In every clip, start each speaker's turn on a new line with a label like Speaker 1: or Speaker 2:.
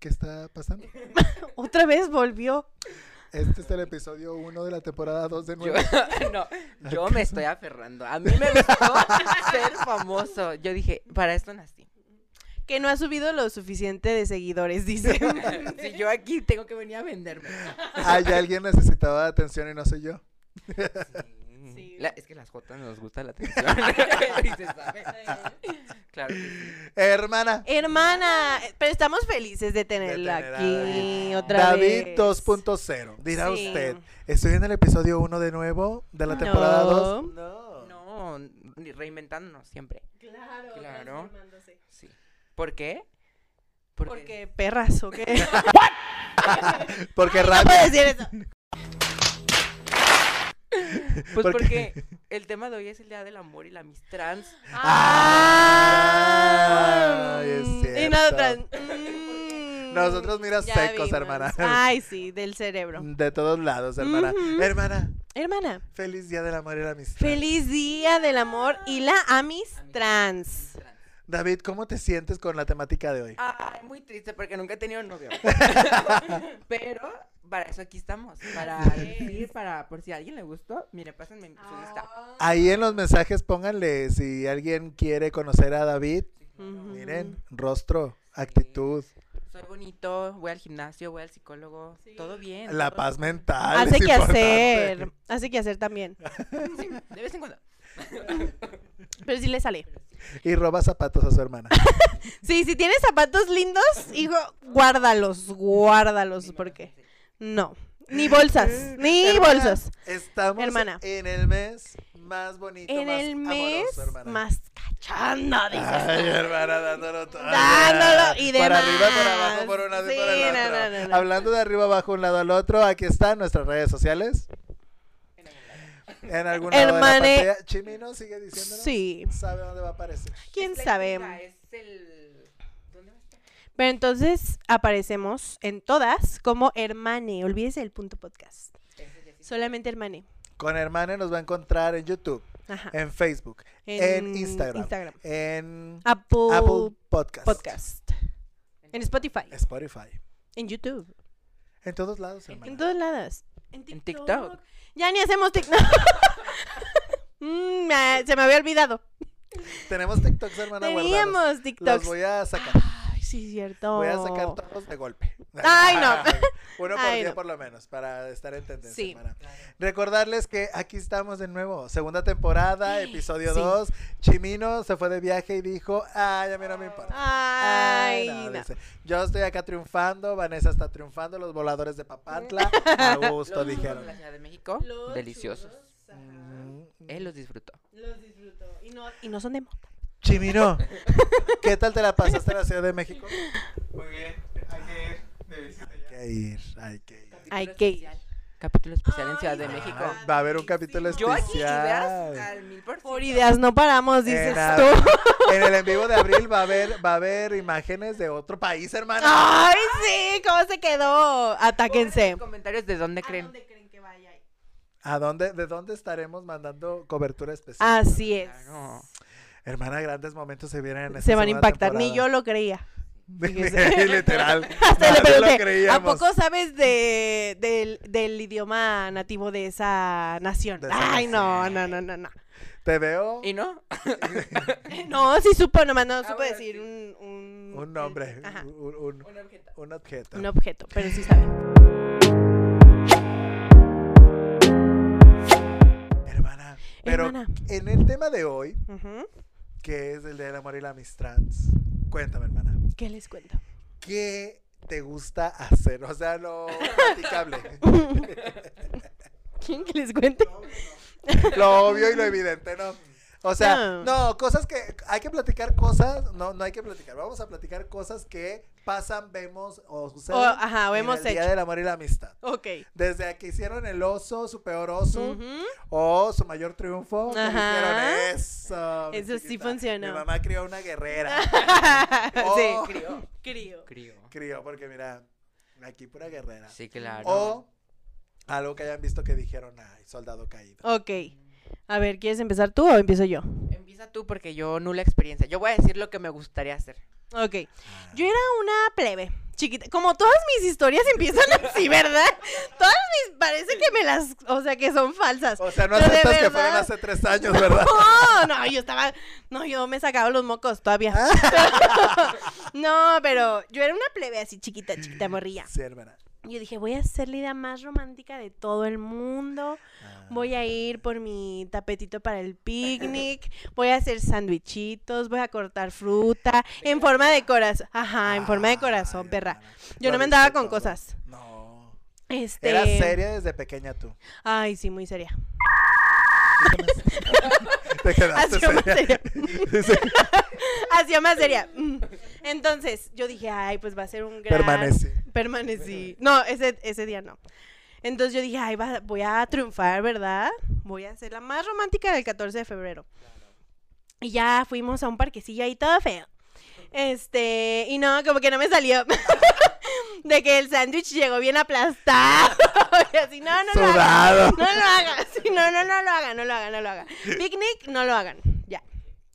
Speaker 1: está pasando.
Speaker 2: Otra vez volvió.
Speaker 1: Este es el episodio 1 de la temporada 2 de
Speaker 3: Yo,
Speaker 1: nuevo.
Speaker 3: no, yo me estoy aferrando. A mí me gustó ser famoso. Yo dije, para esto nací.
Speaker 2: Que no ha subido lo suficiente de seguidores, dice.
Speaker 3: Si yo aquí tengo que venir a venderme.
Speaker 1: Hay alguien necesitaba atención y no soy yo.
Speaker 2: Sí.
Speaker 3: Mm. La- es que las jotas nos gusta la atención. Y se sabe. Claro que sí.
Speaker 1: Hermana.
Speaker 2: Hermana, pero estamos felices de tenerla
Speaker 1: tener a
Speaker 2: aquí
Speaker 1: David.
Speaker 2: otra vez.
Speaker 1: David 2.0. Dirá
Speaker 2: Sí.
Speaker 1: usted, ¿estoy en el episodio 1 de nuevo de la temporada
Speaker 2: No.
Speaker 1: 2? No.
Speaker 3: No, ni reinventándonos siempre.
Speaker 2: Claro,
Speaker 3: Claro. Sí. ¿Por qué? Porque,
Speaker 2: Porque perras, ¿o qué?
Speaker 1: Porque
Speaker 2: no
Speaker 1: radio.
Speaker 2: puedo decir eso.
Speaker 3: pues
Speaker 1: ¿por qué?
Speaker 3: porque el tema de hoy es el día del amor y la mis trans.
Speaker 1: Ah, es
Speaker 2: y
Speaker 1: cierto.
Speaker 2: nosotras. mm,
Speaker 1: Nosotros, mira,
Speaker 2: ya
Speaker 1: secos,
Speaker 2: vimos.
Speaker 1: hermana.
Speaker 2: Ay, sí, del cerebro.
Speaker 1: De todos lados, hermana.
Speaker 2: Ujú.
Speaker 1: Hermana,
Speaker 2: Hermana,
Speaker 1: feliz día del amor y la amistad.
Speaker 2: feliz día del amor y la amis trans.
Speaker 1: David, ¿cómo te sientes con la temática de hoy?
Speaker 3: Ay, muy triste porque nunca he tenido novio. Pero para eso aquí estamos. Para decir, para por si a alguien le gustó, mire, pásenme su
Speaker 2: Ah,
Speaker 3: lista.
Speaker 1: Ahí en los mensajes pónganle si alguien quiere conocer a David. Miren, rostro, actitud,
Speaker 3: Soy bonito, voy al gimnasio, voy al psicólogo, todo bien.
Speaker 1: la
Speaker 3: todo-
Speaker 1: paz mental.
Speaker 2: Hace
Speaker 1: es
Speaker 2: que
Speaker 1: importante.
Speaker 2: hacer, hace que hacer también.
Speaker 3: Sí, de vez en cuando.
Speaker 2: Pero sí le sale.
Speaker 1: Y roba zapatos a su hermana.
Speaker 2: Sí, si tienes zapatos lindos, hijo, guárdalos,
Speaker 3: Pues,
Speaker 2: guárdalos, porque no. Ni bolsas, ni
Speaker 1: Hermana,
Speaker 2: bolsas.
Speaker 1: Estamos
Speaker 2: Hermana.
Speaker 1: en el mes más bonito.
Speaker 2: En
Speaker 1: más
Speaker 2: el mes
Speaker 1: amoroso, hermana.
Speaker 2: más cachanda, dices.
Speaker 1: Ay, hermana, dándolo todo.
Speaker 2: Dándolo y
Speaker 1: Por
Speaker 2: demás.
Speaker 1: arriba, por abajo, por una,
Speaker 2: Sí,
Speaker 1: por el
Speaker 2: no,
Speaker 1: otro.
Speaker 2: no, no, no.
Speaker 1: Hablando de arriba, abajo, un lado al otro, aquí están nuestras redes sociales. En algún lado de
Speaker 2: Hermane-
Speaker 1: la pantalla. Chimino sigue diciéndonos.
Speaker 2: Sí,
Speaker 1: Sabe dónde va a aparecer.
Speaker 2: quién
Speaker 3: Es la
Speaker 2: sabe.
Speaker 3: guía, Es el... ¿Dónde va a estar?
Speaker 2: Pero entonces aparecemos en todas como hermane. Olvídese el punto podcast.
Speaker 3: Ese ya sí.
Speaker 2: Solamente hermane.
Speaker 1: Con hermana nos va a encontrar en YouTube,
Speaker 2: Ajá.
Speaker 1: en Facebook, en, Instagram, en
Speaker 2: Apple,
Speaker 1: Apple Podcast,
Speaker 2: Podcast. En Spotify.
Speaker 1: Spotify.
Speaker 2: En YouTube.
Speaker 1: En todos lados, hermana.
Speaker 2: En todos lados.
Speaker 3: En TikTok.
Speaker 2: Ya ni hacemos TikTok. Mm, me- se me había olvidado.
Speaker 1: Tenemos TikToks, hermana, guardados.
Speaker 2: Teníamos
Speaker 1: Los
Speaker 2: TikToks.
Speaker 1: voy a sacar.
Speaker 2: Ay, sí, cierto.
Speaker 1: Voy a sacar todos de golpe.
Speaker 2: Ay, no.
Speaker 1: Uno por
Speaker 2: Ay,
Speaker 1: día
Speaker 2: no.
Speaker 1: por lo menos, para estar en tendencia.
Speaker 2: Sí.
Speaker 1: hermana. Recordarles que aquí estamos de nuevo, segunda temporada, episodio
Speaker 2: Sí.
Speaker 1: 2. Chimino se fue de viaje y dijo, ay, a mí no me importa.
Speaker 2: Ay,
Speaker 1: no,
Speaker 2: no.
Speaker 1: dice, Yo estoy acá triunfando, Vanessa está triunfando, los voladores de Papantla, a gusto,
Speaker 3: Los
Speaker 1: dijeron.
Speaker 3: de la Ciudad de México, deliciosos.
Speaker 1: Mm.
Speaker 3: Él los disfrutó.
Speaker 2: Los disfruto. Y no, son de mota.
Speaker 1: Chimino, ¿qué tal te la pasaste en la Ciudad de México?
Speaker 4: Muy bien, hay que ir de visita
Speaker 1: Hay
Speaker 4: ya.
Speaker 1: que ir, hay que ir.
Speaker 2: Hay que ir.
Speaker 3: Capítulo especial. Capítulo especial en Ciudad de
Speaker 2: Ay,
Speaker 3: México.
Speaker 1: Ay, va a haber un capítulo
Speaker 3: Yo aquí
Speaker 1: especial.
Speaker 3: ideas al mil por
Speaker 2: Por
Speaker 3: ciento.
Speaker 2: ideas no paramos, dices
Speaker 1: Era-
Speaker 2: tú.
Speaker 1: En el en vivo de abril va a haber, va a haber imágenes de otro país, hermana.
Speaker 2: Ay, sí, ¿cómo se quedó? Atáquense.
Speaker 3: Los comentarios de Ah, dónde creen.
Speaker 2: creen que vaya?
Speaker 1: ¿A dónde, de dónde estaremos mandando cobertura especial?
Speaker 2: Así es.
Speaker 3: Claro.
Speaker 1: Hermana, grandes momentos se vienen en esta
Speaker 2: Se van a
Speaker 1: segunda
Speaker 2: impactar. Ni yo
Speaker 1: temporada.
Speaker 2: lo creía. fíjese.
Speaker 1: Literal.
Speaker 2: Hasta
Speaker 1: nadie
Speaker 2: le
Speaker 1: lo
Speaker 2: pregunté, ¿a
Speaker 1: creíamos.
Speaker 2: poco sabes de, del, del idioma nativo de esa nación?
Speaker 1: De esa
Speaker 2: Ay, no,
Speaker 1: nación.
Speaker 2: no, no, no, no.
Speaker 1: Te veo
Speaker 3: ¿Y no?
Speaker 2: No, sí supo, nomás no supo
Speaker 3: bueno,
Speaker 2: decir
Speaker 3: sí.
Speaker 2: un... Un,
Speaker 1: Ah, un nombre,
Speaker 2: Ajá,
Speaker 1: un, un-
Speaker 3: Un objeto.
Speaker 1: un objeto.
Speaker 2: un objeto, pero sí sabe.
Speaker 1: Hermana, pero
Speaker 2: Hermana.
Speaker 1: en el tema de hoy,
Speaker 2: Ujú.
Speaker 1: que es el del amor y la mistrans, cuéntame, hermana,
Speaker 2: ¿Qué les cuento?
Speaker 1: ¿qué te gusta hacer? O sea, lo platicable.
Speaker 2: ¿Quién que les cuente?
Speaker 1: lo obvio y lo evidente, ¿no? O sea,
Speaker 2: No.
Speaker 1: no, cosas que hay que platicar cosas, no, no hay que platicar, vamos a platicar cosas que pasan, vemos o suceden.
Speaker 2: O, ajá, o
Speaker 1: en
Speaker 2: hemos
Speaker 1: el Día
Speaker 2: hecho.
Speaker 1: del amor y la amistad.
Speaker 2: Ok.
Speaker 1: Desde que hicieron el oso, su peor oso,
Speaker 2: Ujú.
Speaker 1: o su mayor triunfo, que
Speaker 2: Ajá.
Speaker 1: dijeron eso. mi
Speaker 2: Eso sí
Speaker 1: chiquita, Mi
Speaker 2: funcionó".
Speaker 1: mamá crió una guerrera.
Speaker 2: sí.
Speaker 1: O-
Speaker 3: Crío.
Speaker 2: Crío.
Speaker 3: Crío.
Speaker 1: Crió, porque mira, aquí pura guerrera.
Speaker 3: Sí, claro.
Speaker 1: O algo que hayan visto que dijeron, ay, soldado caído.
Speaker 2: Ok. A ver, ¿quieres empezar tú o empiezo yo?
Speaker 3: Empieza tú porque yo nula experiencia. Yo voy a decir lo que me gustaría hacer.
Speaker 2: Ok.
Speaker 1: Ah.
Speaker 2: Yo era una plebe, chiquita. Como todas mis historias empiezan así, ¿verdad? Todas mis parece que me las, o sea, que son falsas.
Speaker 1: O sea, no
Speaker 2: Pero de
Speaker 1: aceptas que
Speaker 2: verdad-
Speaker 1: fueron hace tres años, Oh, ¿verdad?
Speaker 2: No, no, yo estaba, no, yo me sacaba los mocos todavía. no, pero yo era una plebe así chiquita, chiquita morrilla.
Speaker 1: Sí, hermana.
Speaker 2: Yo dije, voy a ser la idea más romántica de todo el mundo.
Speaker 1: Ah.
Speaker 2: Voy a ir por mi tapetito para el picnic. Voy a hacer sandwichitos. Voy a cortar fruta. En forma de corazón. Ajá, en forma
Speaker 1: Ah,
Speaker 2: de corazón,
Speaker 1: Ay,
Speaker 2: perra.
Speaker 1: hermana,
Speaker 2: Yo
Speaker 1: lo
Speaker 2: no me andaba
Speaker 1: viste
Speaker 2: con
Speaker 1: todo.
Speaker 2: cosas.
Speaker 1: No.
Speaker 2: Este...
Speaker 1: Eras seria desde pequeña tú.
Speaker 2: Ay, sí, muy seria.
Speaker 1: Te quedaste
Speaker 2: Así o más
Speaker 1: seria.
Speaker 2: seria.
Speaker 1: Dice,
Speaker 2: Así o más seria. Mm. Entonces, yo dije, ay, pues va a ser un gran...
Speaker 1: Permanece.
Speaker 2: Permanecí. No, ese, ese día no. Entonces yo dije, ay, va- voy a triunfar, ¿verdad? Voy a ser la más romántica del 14 de febrero. Y ya fuimos a un parquecillo ahí todo feo. Este, y no, como que no me salió. De que el sándwich llegó bien aplastado. Y así, no, no lo hagan.
Speaker 1: Sudado.
Speaker 2: No lo hagan. Sí, no, no, no lo hagan, no lo hagan, no lo hagan. Picnic, no lo hagan. Ya.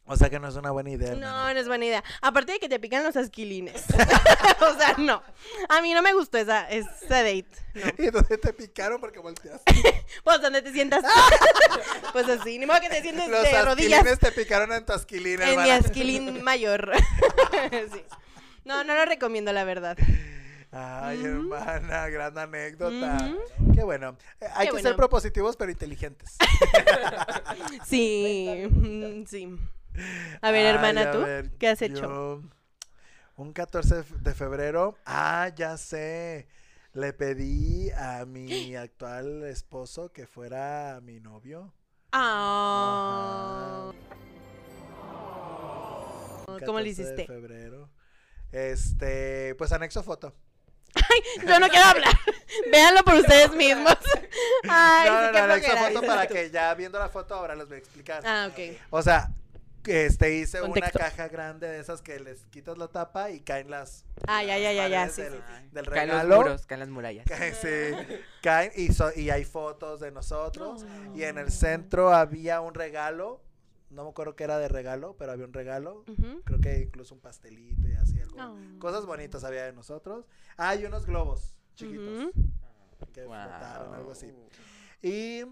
Speaker 1: O sea que no es una buena idea. hermana.
Speaker 2: No, no es buena idea. Aparte de que te pican los asquilines. o sea, no. A mí no me gustó esa, esa date. No.
Speaker 1: Y entonces te picaron porque volteaste.
Speaker 2: Pues donde te sientas. pues así, ni modo que te sientes
Speaker 1: Los
Speaker 2: de rodillas
Speaker 1: asquilines te picaron en tu asquilín,
Speaker 2: en mi
Speaker 1: hermana.
Speaker 2: asquilín mayor. Sí. No, no lo recomiendo, la verdad.
Speaker 1: Ay,
Speaker 2: Ujú.
Speaker 1: hermana, gran anécdota. Qué bueno. Eh, hay
Speaker 2: Qué
Speaker 1: que
Speaker 2: bueno.
Speaker 1: ser propositivos pero inteligentes.
Speaker 2: Sí, mm, sí. A ver,
Speaker 1: Ay,
Speaker 2: hermana,
Speaker 1: a
Speaker 2: ¿tú
Speaker 1: ver,
Speaker 2: qué has
Speaker 1: yo,
Speaker 2: hecho?
Speaker 1: Un 14 de fe- de febrero. Ah, ya sé. Le pedí a mi actual esposo que fuera mi novio.
Speaker 2: Ah,
Speaker 1: Ajá.
Speaker 2: ¿Cómo
Speaker 1: 14
Speaker 2: le
Speaker 1: de
Speaker 2: hiciste?
Speaker 1: febrero. Este, pues anexo foto.
Speaker 2: yo no quiero hablar. Véanlo por ustedes mismos. Ay,
Speaker 1: no,
Speaker 2: sí,
Speaker 1: no,
Speaker 2: qué
Speaker 1: no, anexo
Speaker 2: flojera.
Speaker 1: foto para que ya viendo la foto ahora les voy a explicar.
Speaker 2: Ah, ok.
Speaker 1: O sea, que, este hice
Speaker 2: Contexto.
Speaker 1: una caja grande de esas que les quitas la tapa y caen las
Speaker 2: Ah, ya, ya, ya, ya, sí.
Speaker 1: del-
Speaker 3: Ay,
Speaker 1: del
Speaker 3: caen los
Speaker 1: regalo.
Speaker 3: muros, caen las murallas.
Speaker 1: caen, sí, caen y, so- y hay fotos de nosotros. Y
Speaker 2: Oh.
Speaker 1: en el centro había un regalo. No me acuerdo qué era de regalo, pero había un regalo.
Speaker 2: Ujú.
Speaker 1: Creo que incluso un pastelito y así. algo.
Speaker 2: Oh.
Speaker 1: Cosas bonitas había de nosotros. Ah, y unos globos chiquitos. Que
Speaker 3: Guau.
Speaker 1: flotaron, algo así. Y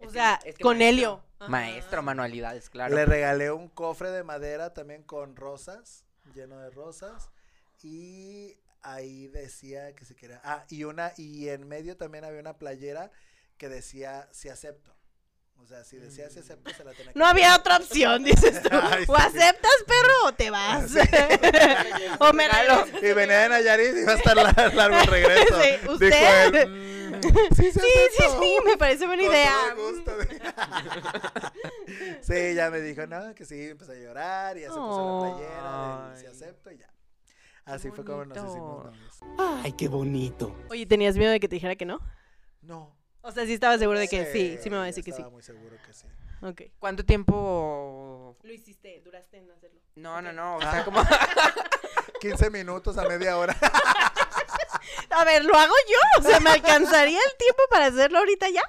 Speaker 2: O
Speaker 3: Es
Speaker 2: sea,
Speaker 3: que- es que
Speaker 2: con
Speaker 3: maestro.
Speaker 2: Helio. Ajá.
Speaker 3: Maestro, manualidades, claro.
Speaker 1: Le regalé un cofre de madera también con rosas, lleno de rosas. Y ahí decía que se quería. Ah, y una, y en medio también había una playera que decía si acepto. O sea, si decía si acepto, se la tenía que
Speaker 2: No había otra opción, dices tú.
Speaker 1: Ay,
Speaker 2: O
Speaker 1: sí.
Speaker 2: aceptas, perro, o te vas. o me regalo.
Speaker 1: Y venía de Nayarit y iba a estar la- largo el regreso.
Speaker 2: Sí,
Speaker 1: Dijo
Speaker 2: usted.
Speaker 1: él, "Mm, sí, se
Speaker 2: Sí, sí,
Speaker 1: acepto".
Speaker 2: sí, me parece buena
Speaker 1: Con
Speaker 2: idea.
Speaker 1: todo gusto. sí, ya me dijo, no, que sí, empezó a llorar y ya se puso la playera, de,
Speaker 3: Ay.
Speaker 1: si acepto y ya. Así fue como nos hicimos
Speaker 3: bonito.
Speaker 1: novios.
Speaker 5: Ay, qué bonito.
Speaker 2: Oye, ¿tenías miedo de que te dijera que no?
Speaker 1: No.
Speaker 2: O sea, sí estaba seguro de que sí, sí me va a
Speaker 1: yo
Speaker 2: decir que sí.
Speaker 1: Estaba muy seguro que sí.
Speaker 2: Ok.
Speaker 3: ¿Cuánto tiempo?
Speaker 2: Lo hiciste, duraste en hacerlo.
Speaker 3: No, no,
Speaker 2: Ok.
Speaker 3: no. O
Speaker 1: Ah.
Speaker 3: sea, como
Speaker 1: 15 minutos a media hora.
Speaker 2: A ver, ¿lo hago yo? O sea, ¿me alcanzaría el tiempo para hacerlo ahorita ya?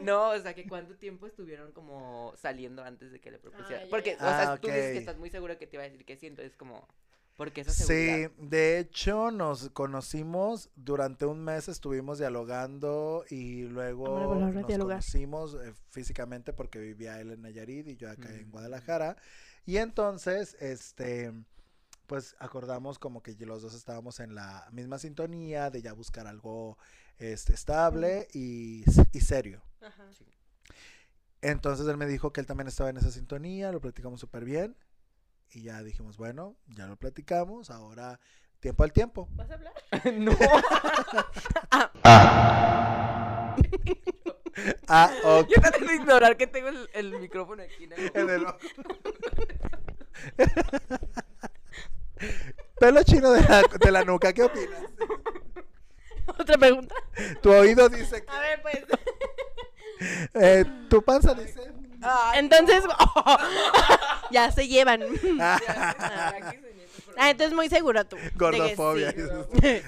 Speaker 3: No, o sea, que cuánto tiempo estuvieron como saliendo antes de que le
Speaker 2: Ah,
Speaker 3: propusiera.
Speaker 2: ya,
Speaker 3: Porque,
Speaker 1: ya.
Speaker 3: o sea,
Speaker 1: Ah,
Speaker 3: tú dices
Speaker 1: ok.
Speaker 3: que estás muy seguro que te iba a decir que sí, entonces como, porque esa
Speaker 1: Sí,
Speaker 3: seguridad.
Speaker 1: de hecho nos conocimos durante un mes, estuvimos dialogando y luego
Speaker 2: Amo la palabra
Speaker 1: nos
Speaker 2: dialogar.
Speaker 1: conocimos eh, físicamente porque vivía él en Nayarit y yo acá en
Speaker 3: Mm.
Speaker 1: Guadalajara. Y entonces, este, pues acordamos como que los dos estábamos en la misma sintonía de ya buscar algo este, estable y, y serio.
Speaker 2: Ajá.
Speaker 1: Entonces él me dijo que él también estaba en esa sintonía, lo platicamos súper bien y ya dijimos, bueno, ya lo platicamos, ahora tiempo al tiempo.
Speaker 2: ¿Vas a hablar?
Speaker 3: no.
Speaker 1: Ah, ok.
Speaker 3: Yo trato de ignorar que tengo el, el micrófono aquí. ¿no?
Speaker 1: En el ojo. Pelo chino de la, de la nuca, ¿qué opinas?
Speaker 2: ¿Otra pregunta?
Speaker 1: Tu oído dice
Speaker 2: A ver, pues.
Speaker 1: que- eh, tu panza dice.
Speaker 2: Entonces, ya se llevan. Ah, entonces muy seguro tú. de que sí.
Speaker 1: Gordofobia.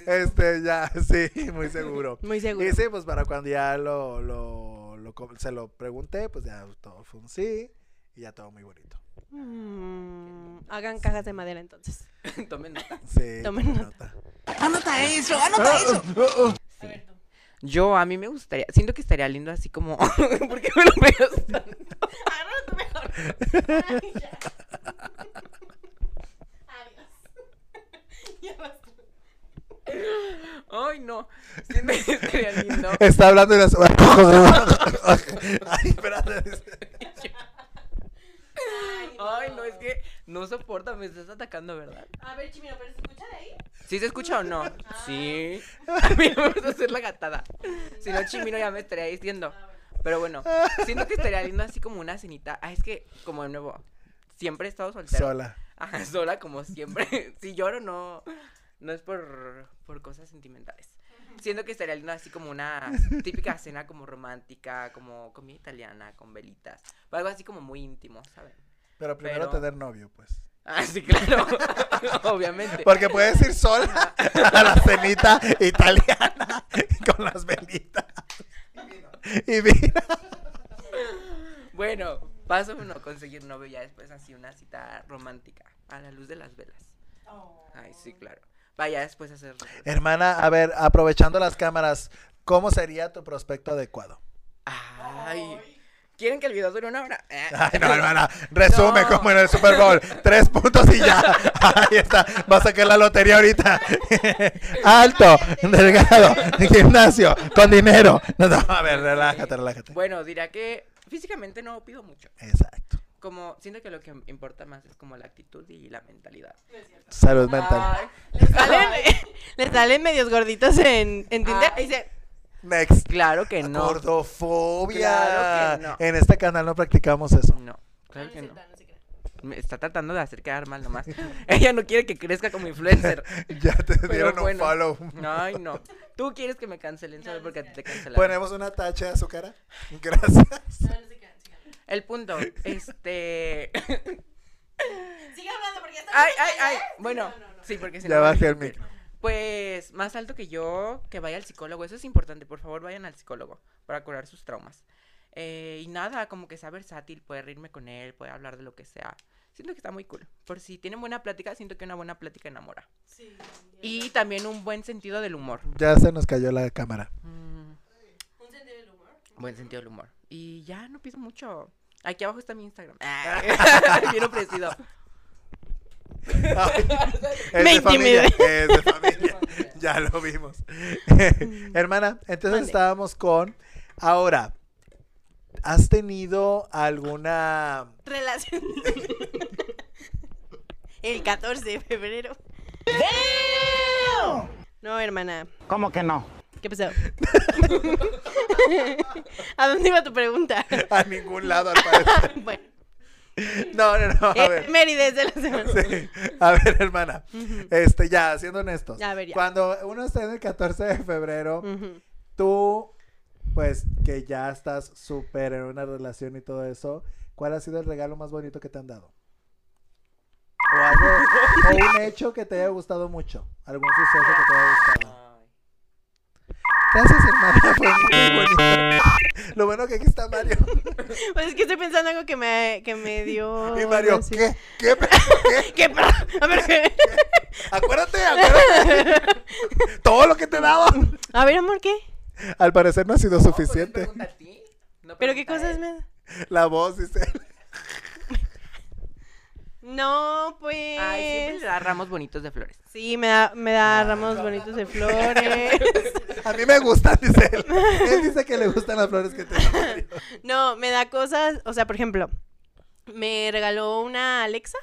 Speaker 1: Este, ya, sí, muy seguro.
Speaker 2: Muy seguro.
Speaker 1: Y sí, pues para cuando ya lo, lo, lo co- se lo pregunté, pues ya todo fue un sí. y ya todo muy bonito.
Speaker 2: Mm, hagan cajas de madera entonces.
Speaker 3: Tomen nota.
Speaker 1: Sí,
Speaker 2: Tomen
Speaker 1: tomen nota.
Speaker 3: Anota eso, anota eso. Yo, a mí me gustaría, siento que estaría lindo así como, ¿por qué me lo pegas tanto?
Speaker 2: Agárralo tú mejor. Ay, ya. Adiós. Ya basta.
Speaker 3: Ay, no, siento que estaría lindo.
Speaker 1: Está hablando de las... Ay, espérate.
Speaker 3: Ay, no, es que no soporta, me estás atacando, ¿verdad?
Speaker 2: A ver, Chimino, ¿pero se escucha de ahí?
Speaker 3: ¿Sí se escucha o no? Sí. A mí no me gusta hacer la gatada. Si no, Chimino ya me estaría diciendo. Pero bueno, siento que estaría lindo así como una cenita. Ah, es que, como de nuevo, siempre he estado soltero.
Speaker 1: Sola.
Speaker 3: Ajá, sola como siempre. si lloro no, no es por, por cosas sentimentales. Siento que estaría lindo así como una típica cena como romántica, como comida italiana, con velitas. O algo así como muy íntimo, ¿saben?
Speaker 1: Pero primero
Speaker 3: Pero-
Speaker 1: tener novio, pues.
Speaker 3: Ah, sí, claro. Obviamente.
Speaker 1: Porque puedes ir sola a la cenita italiana con las velitas. Y mira.
Speaker 3: Bueno, paso uno, conseguir novio ya después así una cita romántica a la luz de las velas. Ay, sí, claro. Vaya después a hacer.
Speaker 1: Hermana, a ver, aprovechando las cámaras, ¿cómo sería tu prospecto adecuado?
Speaker 3: Ay. ¿Quieren que el video dure una hora? Eh.
Speaker 1: Ay, no, hermana, resume
Speaker 3: No.
Speaker 1: como en el Super Bowl. Tres puntos y ya. Ahí está. Va a sacar la lotería ahorita. Alto, delgado, gimnasio, con dinero. No, no, a ver, relájate, relájate.
Speaker 3: Bueno, dirá que físicamente no pido mucho.
Speaker 1: Exacto.
Speaker 3: Como siento que lo que importa más es como la actitud y la mentalidad.
Speaker 1: Salud mental.
Speaker 3: Ay.
Speaker 2: Salen, le salen medios gorditos en, en Tinder.
Speaker 3: Ay.
Speaker 2: Y dice,
Speaker 1: Next.
Speaker 3: Claro que no.
Speaker 1: Gordofobia.
Speaker 3: Claro que no. Mm.
Speaker 1: En este canal no practicamos eso.
Speaker 3: No, claro que no.
Speaker 2: "Ah, no se crean".
Speaker 3: Me está tratando de hacer quedar mal nomás. Ella no quiere que crezca como influencer.
Speaker 1: Ya te
Speaker 3: Pero
Speaker 1: dieron
Speaker 3: bueno.
Speaker 1: un follow.
Speaker 3: Ay, no. Tú quieres que me cancelen solo
Speaker 2: No,
Speaker 3: porque a ti
Speaker 2: no.
Speaker 3: te cancelaron.
Speaker 1: Ponemos una tacha a su cara. Gracias.
Speaker 2: No, no se crean, sigan.
Speaker 3: El punto, este.
Speaker 2: Sigue hablando porque ya está.
Speaker 3: ay, ay,
Speaker 2: cansada,
Speaker 3: ay.
Speaker 2: ¿eh? Sí,
Speaker 3: Bueno,
Speaker 2: no, no, no.
Speaker 3: sí, porque si
Speaker 1: Ya
Speaker 3: no-
Speaker 1: bajé el micro.
Speaker 3: Pues más alto que yo, que vaya al psicólogo. Eso es importante. Por favor, vayan al psicólogo para curar sus traumas. Eh, y nada, como que sea versátil, puede reírme con él, puede hablar de lo que sea. Siento que está muy cool. Por si tienen buena plática, siento que una buena plática enamora.
Speaker 2: Sí, ya.
Speaker 3: Y también un buen sentido del humor.
Speaker 1: Ya se nos cayó la cámara.
Speaker 3: Mm,
Speaker 2: Un sentido del humor.
Speaker 3: buen sentido del humor. Y ya no pienso mucho. Aquí abajo está mi Instagram.
Speaker 2: Ah.
Speaker 3: Bien ofrecido.
Speaker 1: Ay, es
Speaker 2: Me
Speaker 1: de familia. Es de familia.
Speaker 3: familia.
Speaker 1: Ya lo vimos.
Speaker 2: Mm.
Speaker 1: Hermana, entonces
Speaker 2: Mande.
Speaker 1: estábamos con. Ahora, ¿has tenido alguna.
Speaker 2: Relación. El 14 de febrero. No, hermana.
Speaker 5: ¿Cómo que no?
Speaker 2: ¿Qué pasó? ¿A dónde iba tu pregunta?
Speaker 1: A ningún lado, al parecer.
Speaker 2: bueno,
Speaker 1: No, no, no.
Speaker 2: Eh,
Speaker 1: A ver.
Speaker 2: efemérides de la semana.
Speaker 1: Sí. A ver, hermana.
Speaker 2: Ujú,
Speaker 1: Este, ya, siendo honestos.
Speaker 2: A ver, ya.
Speaker 1: Cuando uno está en el 14 de febrero,
Speaker 2: ujú.
Speaker 1: tú, pues que ya estás súper en una relación y todo eso, ¿cuál ha sido el regalo más bonito que te han dado? O, algo, o un hecho que te haya gustado mucho, algún suceso que te haya gustado.
Speaker 3: Ay.
Speaker 1: Gracias, hermana, fue muy bonito. Lo bueno que aquí está Mario.
Speaker 2: Pues es que estoy pensando algo que me, que me dio.
Speaker 1: Y Mario,
Speaker 2: algo así.
Speaker 1: ¿qué? ¿Qué? ¿Qué?
Speaker 2: ¿Qué? pro- A ver, ¿qué?
Speaker 1: Acuérdate, acuérdate. Todo lo que te he dado.
Speaker 2: A ver, amor, ¿qué?
Speaker 1: Al parecer no ha sido
Speaker 3: No, pues,
Speaker 1: suficiente.
Speaker 3: pregunta a ti, no
Speaker 2: ¿Pero qué
Speaker 3: pregunta
Speaker 2: cosas
Speaker 3: a él.
Speaker 2: me.?
Speaker 1: La voz, dice.
Speaker 2: No, pues.
Speaker 3: Ay, siempre le da ramos bonitos de flores.
Speaker 2: Sí, me da, me da
Speaker 1: Ah.
Speaker 2: ramos bonitos de flores.
Speaker 1: A mí me gustan, dice él. Él dice que le gustan las flores que te dan, Mario.
Speaker 2: No, me da cosas, o sea, por ejemplo, me regaló una Alexa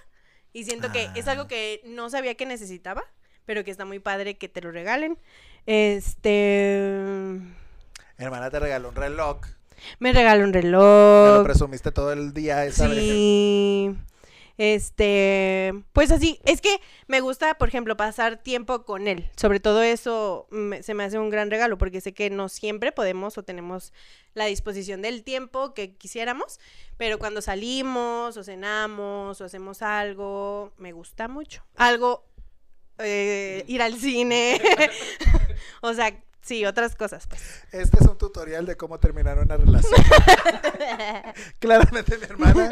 Speaker 2: y siento que es
Speaker 1: Ah.
Speaker 2: algo que no sabía que necesitaba, pero que está muy padre que te lo regalen. Este,
Speaker 1: Mi hermana te regaló un reloj.
Speaker 2: me regaló un
Speaker 1: Me lo
Speaker 2: reloj.
Speaker 1: presumiste todo el día esa vez.
Speaker 2: Sí. Este, pues así, es que me gusta, por ejemplo, pasar tiempo con él. Sobre todo eso me- se me hace un gran regalo porque sé que no siempre podemos o tenemos la disposición del tiempo que quisiéramos, pero cuando salimos o cenamos o hacemos algo, me gusta mucho. Algo, eh, ir al cine, o sea, sí, otras cosas. pues.
Speaker 1: Este es un tutorial de cómo terminar una relación. Claramente mi hermana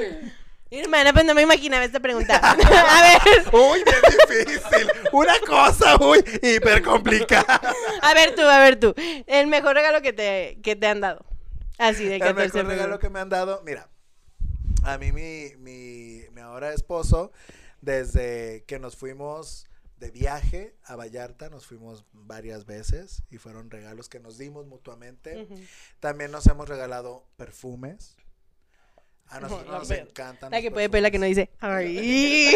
Speaker 2: Hermana, pues no me imaginaba esta pregunta. A ver,
Speaker 1: Uy, bien difícil. Una cosa, uy, hiper complicada.
Speaker 2: a ver tú, a ver tú. El mejor regalo que te, que te han dado. Así, de
Speaker 1: El
Speaker 2: 14 de
Speaker 1: mejor
Speaker 2: febrero.
Speaker 1: regalo que me han dado, mira, a mí mi, mi, mi ahora esposo, desde que nos fuimos de viaje a Vallarta, nos fuimos varias veces y fueron regalos que nos dimos mutuamente.
Speaker 2: Ujú.
Speaker 1: También nos hemos regalado perfumes. A nosotros
Speaker 2: la
Speaker 1: nos
Speaker 2: pela.
Speaker 1: encantan.
Speaker 2: La
Speaker 1: los
Speaker 2: que puede pedir la que no
Speaker 1: perfumes.
Speaker 2: dice. Ay.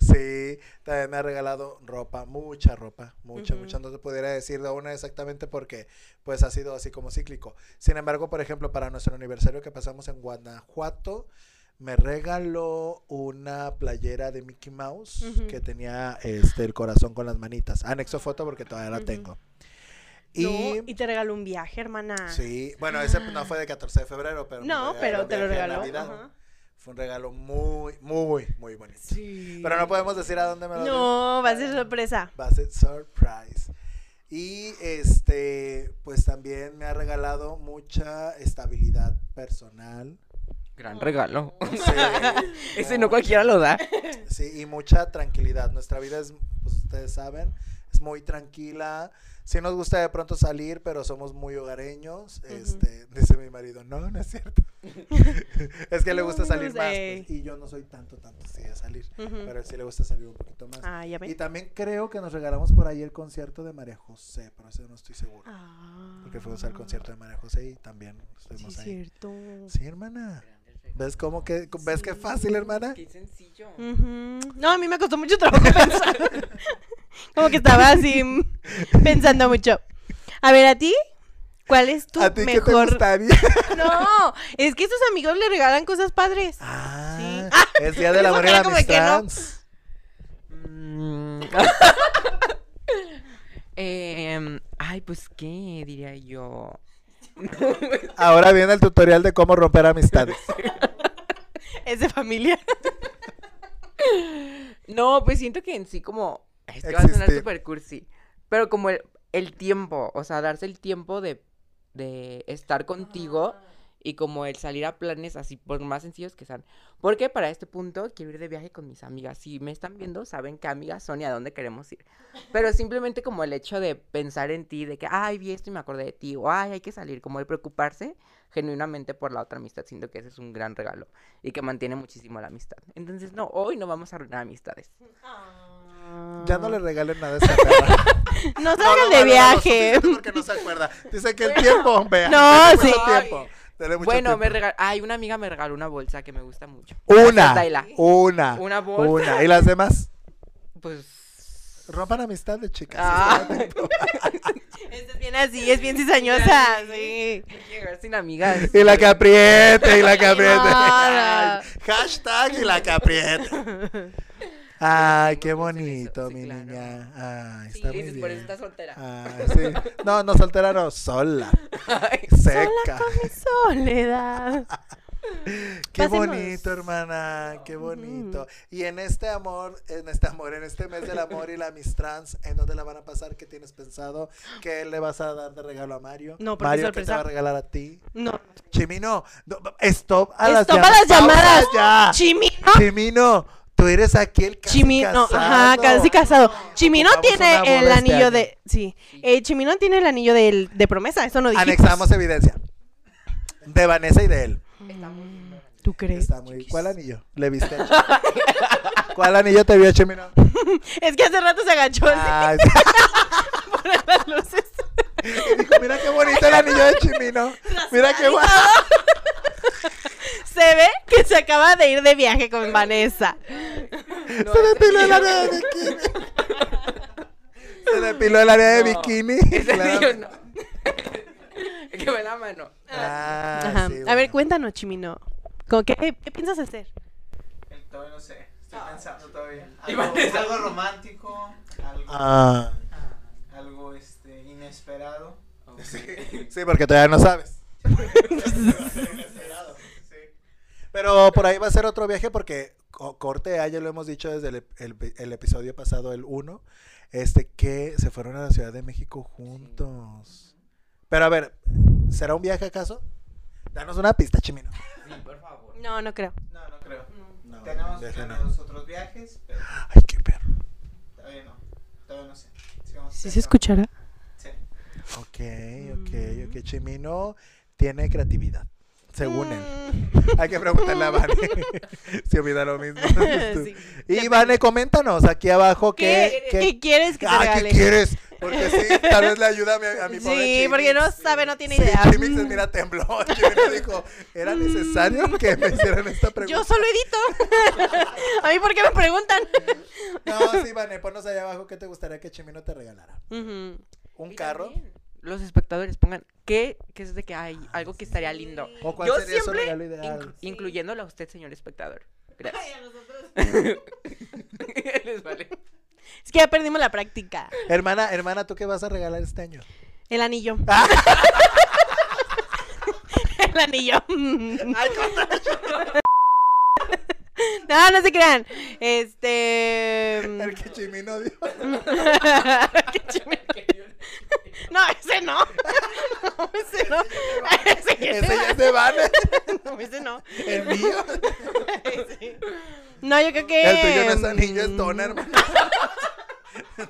Speaker 1: Sí, también me ha regalado ropa, mucha ropa, mucha,
Speaker 2: Ujú.
Speaker 1: mucha. No te pudiera decir de una exactamente porque pues ha sido así como cíclico. Sin embargo, por ejemplo, para nuestro aniversario que pasamos en Guanajuato, me regaló una playera de Mickey Mouse
Speaker 2: Ujú.
Speaker 1: que tenía este el corazón con las manitas. Anexo foto porque todavía la
Speaker 2: Ujú.
Speaker 1: tengo.
Speaker 2: No,
Speaker 1: Y,
Speaker 2: y te regaló un viaje, hermana.
Speaker 1: sí, bueno, ese no fue de 14 de febrero, pero me
Speaker 2: Ah. No,
Speaker 1: regalaron
Speaker 2: pero te lo
Speaker 1: viaje de
Speaker 2: regaló.
Speaker 1: Navidad.
Speaker 2: ajá.
Speaker 1: Fue un regalo muy, muy, muy bonito.
Speaker 3: Sí.
Speaker 1: Pero no podemos decir a dónde me lo dio.
Speaker 2: No, va a ser sorpresa.
Speaker 1: Va a ser surprise. Y este, pues también me ha regalado mucha estabilidad personal.
Speaker 3: Gran regalo.
Speaker 1: Sí,
Speaker 3: Ah. Ese no cualquiera lo da.
Speaker 1: Sí, y mucha tranquilidad. Nuestra vida es, pues ustedes saben, es muy tranquila. Sí nos gusta de pronto salir, pero somos muy hogareños.
Speaker 2: Ujú.
Speaker 1: Este, dice mi marido, no, no es cierto. es que le
Speaker 2: No,
Speaker 1: gusta
Speaker 2: no
Speaker 1: salir más.
Speaker 2: sé.
Speaker 1: pues, y yo no soy tanto, tanto así de salir.
Speaker 2: Ujú.
Speaker 1: Pero él sí le gusta salir un poquito más.
Speaker 2: Ah, ya
Speaker 1: Y
Speaker 2: ven.
Speaker 1: también creo que nos regalamos por ahí el concierto de María José, pero eso no estoy seguro.
Speaker 2: Ah.
Speaker 1: Porque fuimos al concierto de María José y también
Speaker 2: Sí,
Speaker 1: estuvimos
Speaker 2: es
Speaker 1: ahí.
Speaker 2: cierto.
Speaker 1: Sí, hermana. ¿Ves cómo que ves qué fácil, hermana?
Speaker 3: Qué sencillo.
Speaker 2: Ujú. No, a mí me costó mucho trabajo pensar. Como que estaba así mm, pensando mucho. A ver, ¿a ti? ¿Cuál es tu
Speaker 1: ¿A ti qué te
Speaker 2: mejor?
Speaker 1: gustaría?
Speaker 2: no, es que sus amigos le regalan cosas padres.
Speaker 1: Ah,
Speaker 2: Ah,
Speaker 1: es día del
Speaker 2: eso
Speaker 1: amor y
Speaker 2: queda
Speaker 1: la
Speaker 2: como de que no.
Speaker 1: amistad.
Speaker 3: Mm. Em, ay, pues qué diría yo.
Speaker 1: Ahora viene el tutorial de cómo romper amistades.
Speaker 2: Es de familia.
Speaker 3: No, pues siento que en sí como es que va a sonar
Speaker 1: Existir.
Speaker 3: super cursi, pero como el, el tiempo, o sea, darse el tiempo de, de estar contigo y como el salir a planes así por más sencillos que sean. Porque para este punto quiero ir de viaje con mis amigas. Si me están viendo, saben qué amigas son y a dónde queremos ir. Pero simplemente como el hecho de pensar en ti, de que, ay, vi esto y me acordé de ti, o ay, hay que salir, como el preocuparse genuinamente por la otra amistad, siento que ese es un gran regalo y que mantiene muchísimo la amistad. Entonces, no, hoy no vamos a arruinar amistades.
Speaker 1: Ya no le regalen nada a esta perra.
Speaker 2: No
Speaker 1: No lo
Speaker 2: salgan de
Speaker 1: valora lo
Speaker 2: viaje.
Speaker 1: suficiente Porque no se acuerda. Dice que el tiempo, vea.
Speaker 2: No,
Speaker 1: dele mucho
Speaker 3: sí.
Speaker 1: tiempo, dele mucho
Speaker 3: Bueno, me
Speaker 1: tiempo.
Speaker 3: regaló, ay, una amiga me regaló una bolsa que me gusta mucho.
Speaker 1: Una, Oh.
Speaker 3: Tayla.
Speaker 1: una,
Speaker 3: Una bolsa.
Speaker 1: una. ¿Y las demás?
Speaker 3: Pues
Speaker 1: Rompan amistades, chicas.
Speaker 3: Ah.
Speaker 1: Espérate.
Speaker 2: Es bien así, es bien cizañosa. Sí.
Speaker 3: hay que llegar sin amigas.
Speaker 1: Y la que apriete, y la que apriete.
Speaker 2: Ah.
Speaker 1: Ay, Hashtag y la que apriete. Ay, qué bonito,
Speaker 3: Sí,
Speaker 1: mi
Speaker 3: claro.
Speaker 1: niña. Ay,
Speaker 3: Sí,
Speaker 1: está muy
Speaker 3: dices, por
Speaker 1: bien.
Speaker 3: eso estás soltera.
Speaker 1: Ay, Ah, sí. No, no soltera, no, sola.
Speaker 3: Ay,
Speaker 1: Seca.
Speaker 2: Soledad.
Speaker 1: Qué
Speaker 2: Pásenos.
Speaker 1: bonito, hermana. Qué bonito. Y en este amor, en este amor, en este mes del amor y la amistad, ¿en dónde la van a pasar? ¿Qué tienes pensado? ¿Qué le vas a dar de regalo a Mario?
Speaker 2: No, porque
Speaker 1: Mario, ¿qué te
Speaker 2: sorpresa.
Speaker 1: va a regalar a ti?
Speaker 2: No.
Speaker 1: Chimino, no, stop a las
Speaker 2: Stop a
Speaker 1: llamadas.
Speaker 2: las llamadas.
Speaker 1: Pausa ya. Ah.
Speaker 2: Chimino.
Speaker 1: Chimino, tú eres aquí el casi
Speaker 2: Chimino,
Speaker 1: casado.
Speaker 2: ajá, casi casado. Chimino
Speaker 1: Ocupamos una boda
Speaker 2: tiene el
Speaker 1: este
Speaker 2: anillo
Speaker 1: año.
Speaker 2: de. Sí. Eh, Chimino tiene el anillo del- de promesa, eso no dijimos.
Speaker 1: Anexamos evidencia. De Vanessa y de él.
Speaker 2: ¿Tú crees?
Speaker 1: Está muy... ¿Cuál anillo? Le viste a Chimino? ¿Cuál anillo te vio Chimino? Ah,
Speaker 2: Es que hace rato se agachó así
Speaker 1: Ay,
Speaker 2: por las luces.
Speaker 1: dijo, mira qué bonito el anillo de Chimino. Mira qué guapo.
Speaker 2: Se ve que se acaba de ir de viaje con
Speaker 1: Ah.
Speaker 2: Vanessa.
Speaker 3: no,
Speaker 1: Se
Speaker 3: ese
Speaker 1: depiló el
Speaker 3: niño-
Speaker 1: área de bikini. Se depiló el área de
Speaker 3: No,
Speaker 1: bikini.
Speaker 3: ese niño
Speaker 1: Claro.
Speaker 3: no. que me la mano.
Speaker 1: Ah,
Speaker 2: Ajá.
Speaker 1: sí,
Speaker 2: A ver,
Speaker 1: bueno.
Speaker 2: cuéntanos, Chimino. ¿Con qué, ¿Qué piensas hacer?
Speaker 4: El todo Eh, no sé. Estoy pensando
Speaker 3: Y
Speaker 4: todavía. Ah, Algo,
Speaker 3: Vanessa.
Speaker 4: algo romántico. Algo,
Speaker 1: Ah.
Speaker 4: algo este, inesperado.
Speaker 1: Sí, sí, porque todavía no sabes.
Speaker 4: Inesperado, sí.
Speaker 1: Pero por ahí va a ser otro viaje porque co- corte A, ya lo hemos dicho desde el, ep- el pi- el episodio pasado, el 1, este, que se fueron a la Ciudad de México juntos. Pero a ver, ¿será un viaje acaso? Danos una pista, Chimino.
Speaker 5: Sí, por favor.
Speaker 2: No, no creo.
Speaker 4: No, no creo.
Speaker 1: No,
Speaker 4: Tenemos
Speaker 1: dejen-
Speaker 4: planeados otros viajes, pero
Speaker 1: Ay, qué perro.
Speaker 4: todavía no. Todavía no sé. Sigamos
Speaker 2: ¿Sí se
Speaker 4: pensando.
Speaker 2: escuchará?
Speaker 4: Sí.
Speaker 1: Ok, ok,
Speaker 2: Mm.
Speaker 1: ok. Chimino tiene creatividad, según él.
Speaker 2: Mm.
Speaker 1: Hay que preguntarle a Vane si opina lo mismo.
Speaker 2: Sí.
Speaker 1: Y Vane, coméntanos aquí abajo
Speaker 2: ¿Qué,
Speaker 1: que... que-
Speaker 2: qué quieres que te
Speaker 1: Ah,
Speaker 2: regale?
Speaker 1: ¿qué quieres? Porque sí, tal vez le ayuda a mi, a mi
Speaker 2: Sí,
Speaker 1: pobre Chimix.
Speaker 2: porque no sabe, no tiene
Speaker 1: Sí,
Speaker 2: idea. Mm.
Speaker 1: Chimix, mira, tembló. Chimix dijo, ¿era necesario que me hicieran esta pregunta?
Speaker 2: Yo solo edito. a mí, ¿por qué me preguntan?
Speaker 1: No, sí, Vane, ponnos ahí abajo qué te gustaría que Chimino te regalara.
Speaker 2: Ujú.
Speaker 1: ¿Un
Speaker 3: Y
Speaker 1: carro?
Speaker 3: también Los espectadores pongan qué, qué es de que hay algo que estaría lindo.
Speaker 1: ¿O cuál
Speaker 3: Yo
Speaker 1: sería su
Speaker 3: siempre
Speaker 1: regalo ideal?
Speaker 3: Inclu- Incluyéndolo a usted, señor espectador. Gracias. Les vale.
Speaker 2: Es que ya perdimos la práctica.
Speaker 1: Hermana, hermana, ¿tú qué vas a regalar este año?
Speaker 2: El anillo.
Speaker 1: Ah.
Speaker 2: El anillo. no, no se crean. Este.
Speaker 1: El que Chimino dijo.
Speaker 2: Qué chimero. no, ese no. No, ese no. Ese, que
Speaker 1: Ese
Speaker 2: se
Speaker 1: ya
Speaker 2: va.
Speaker 1: es de Vane.
Speaker 2: No, ese no.
Speaker 1: El mío.
Speaker 2: Ese. No, yo creo que.
Speaker 1: El tuyo no es anillo, es dona,
Speaker 2: mm,
Speaker 1: hermana.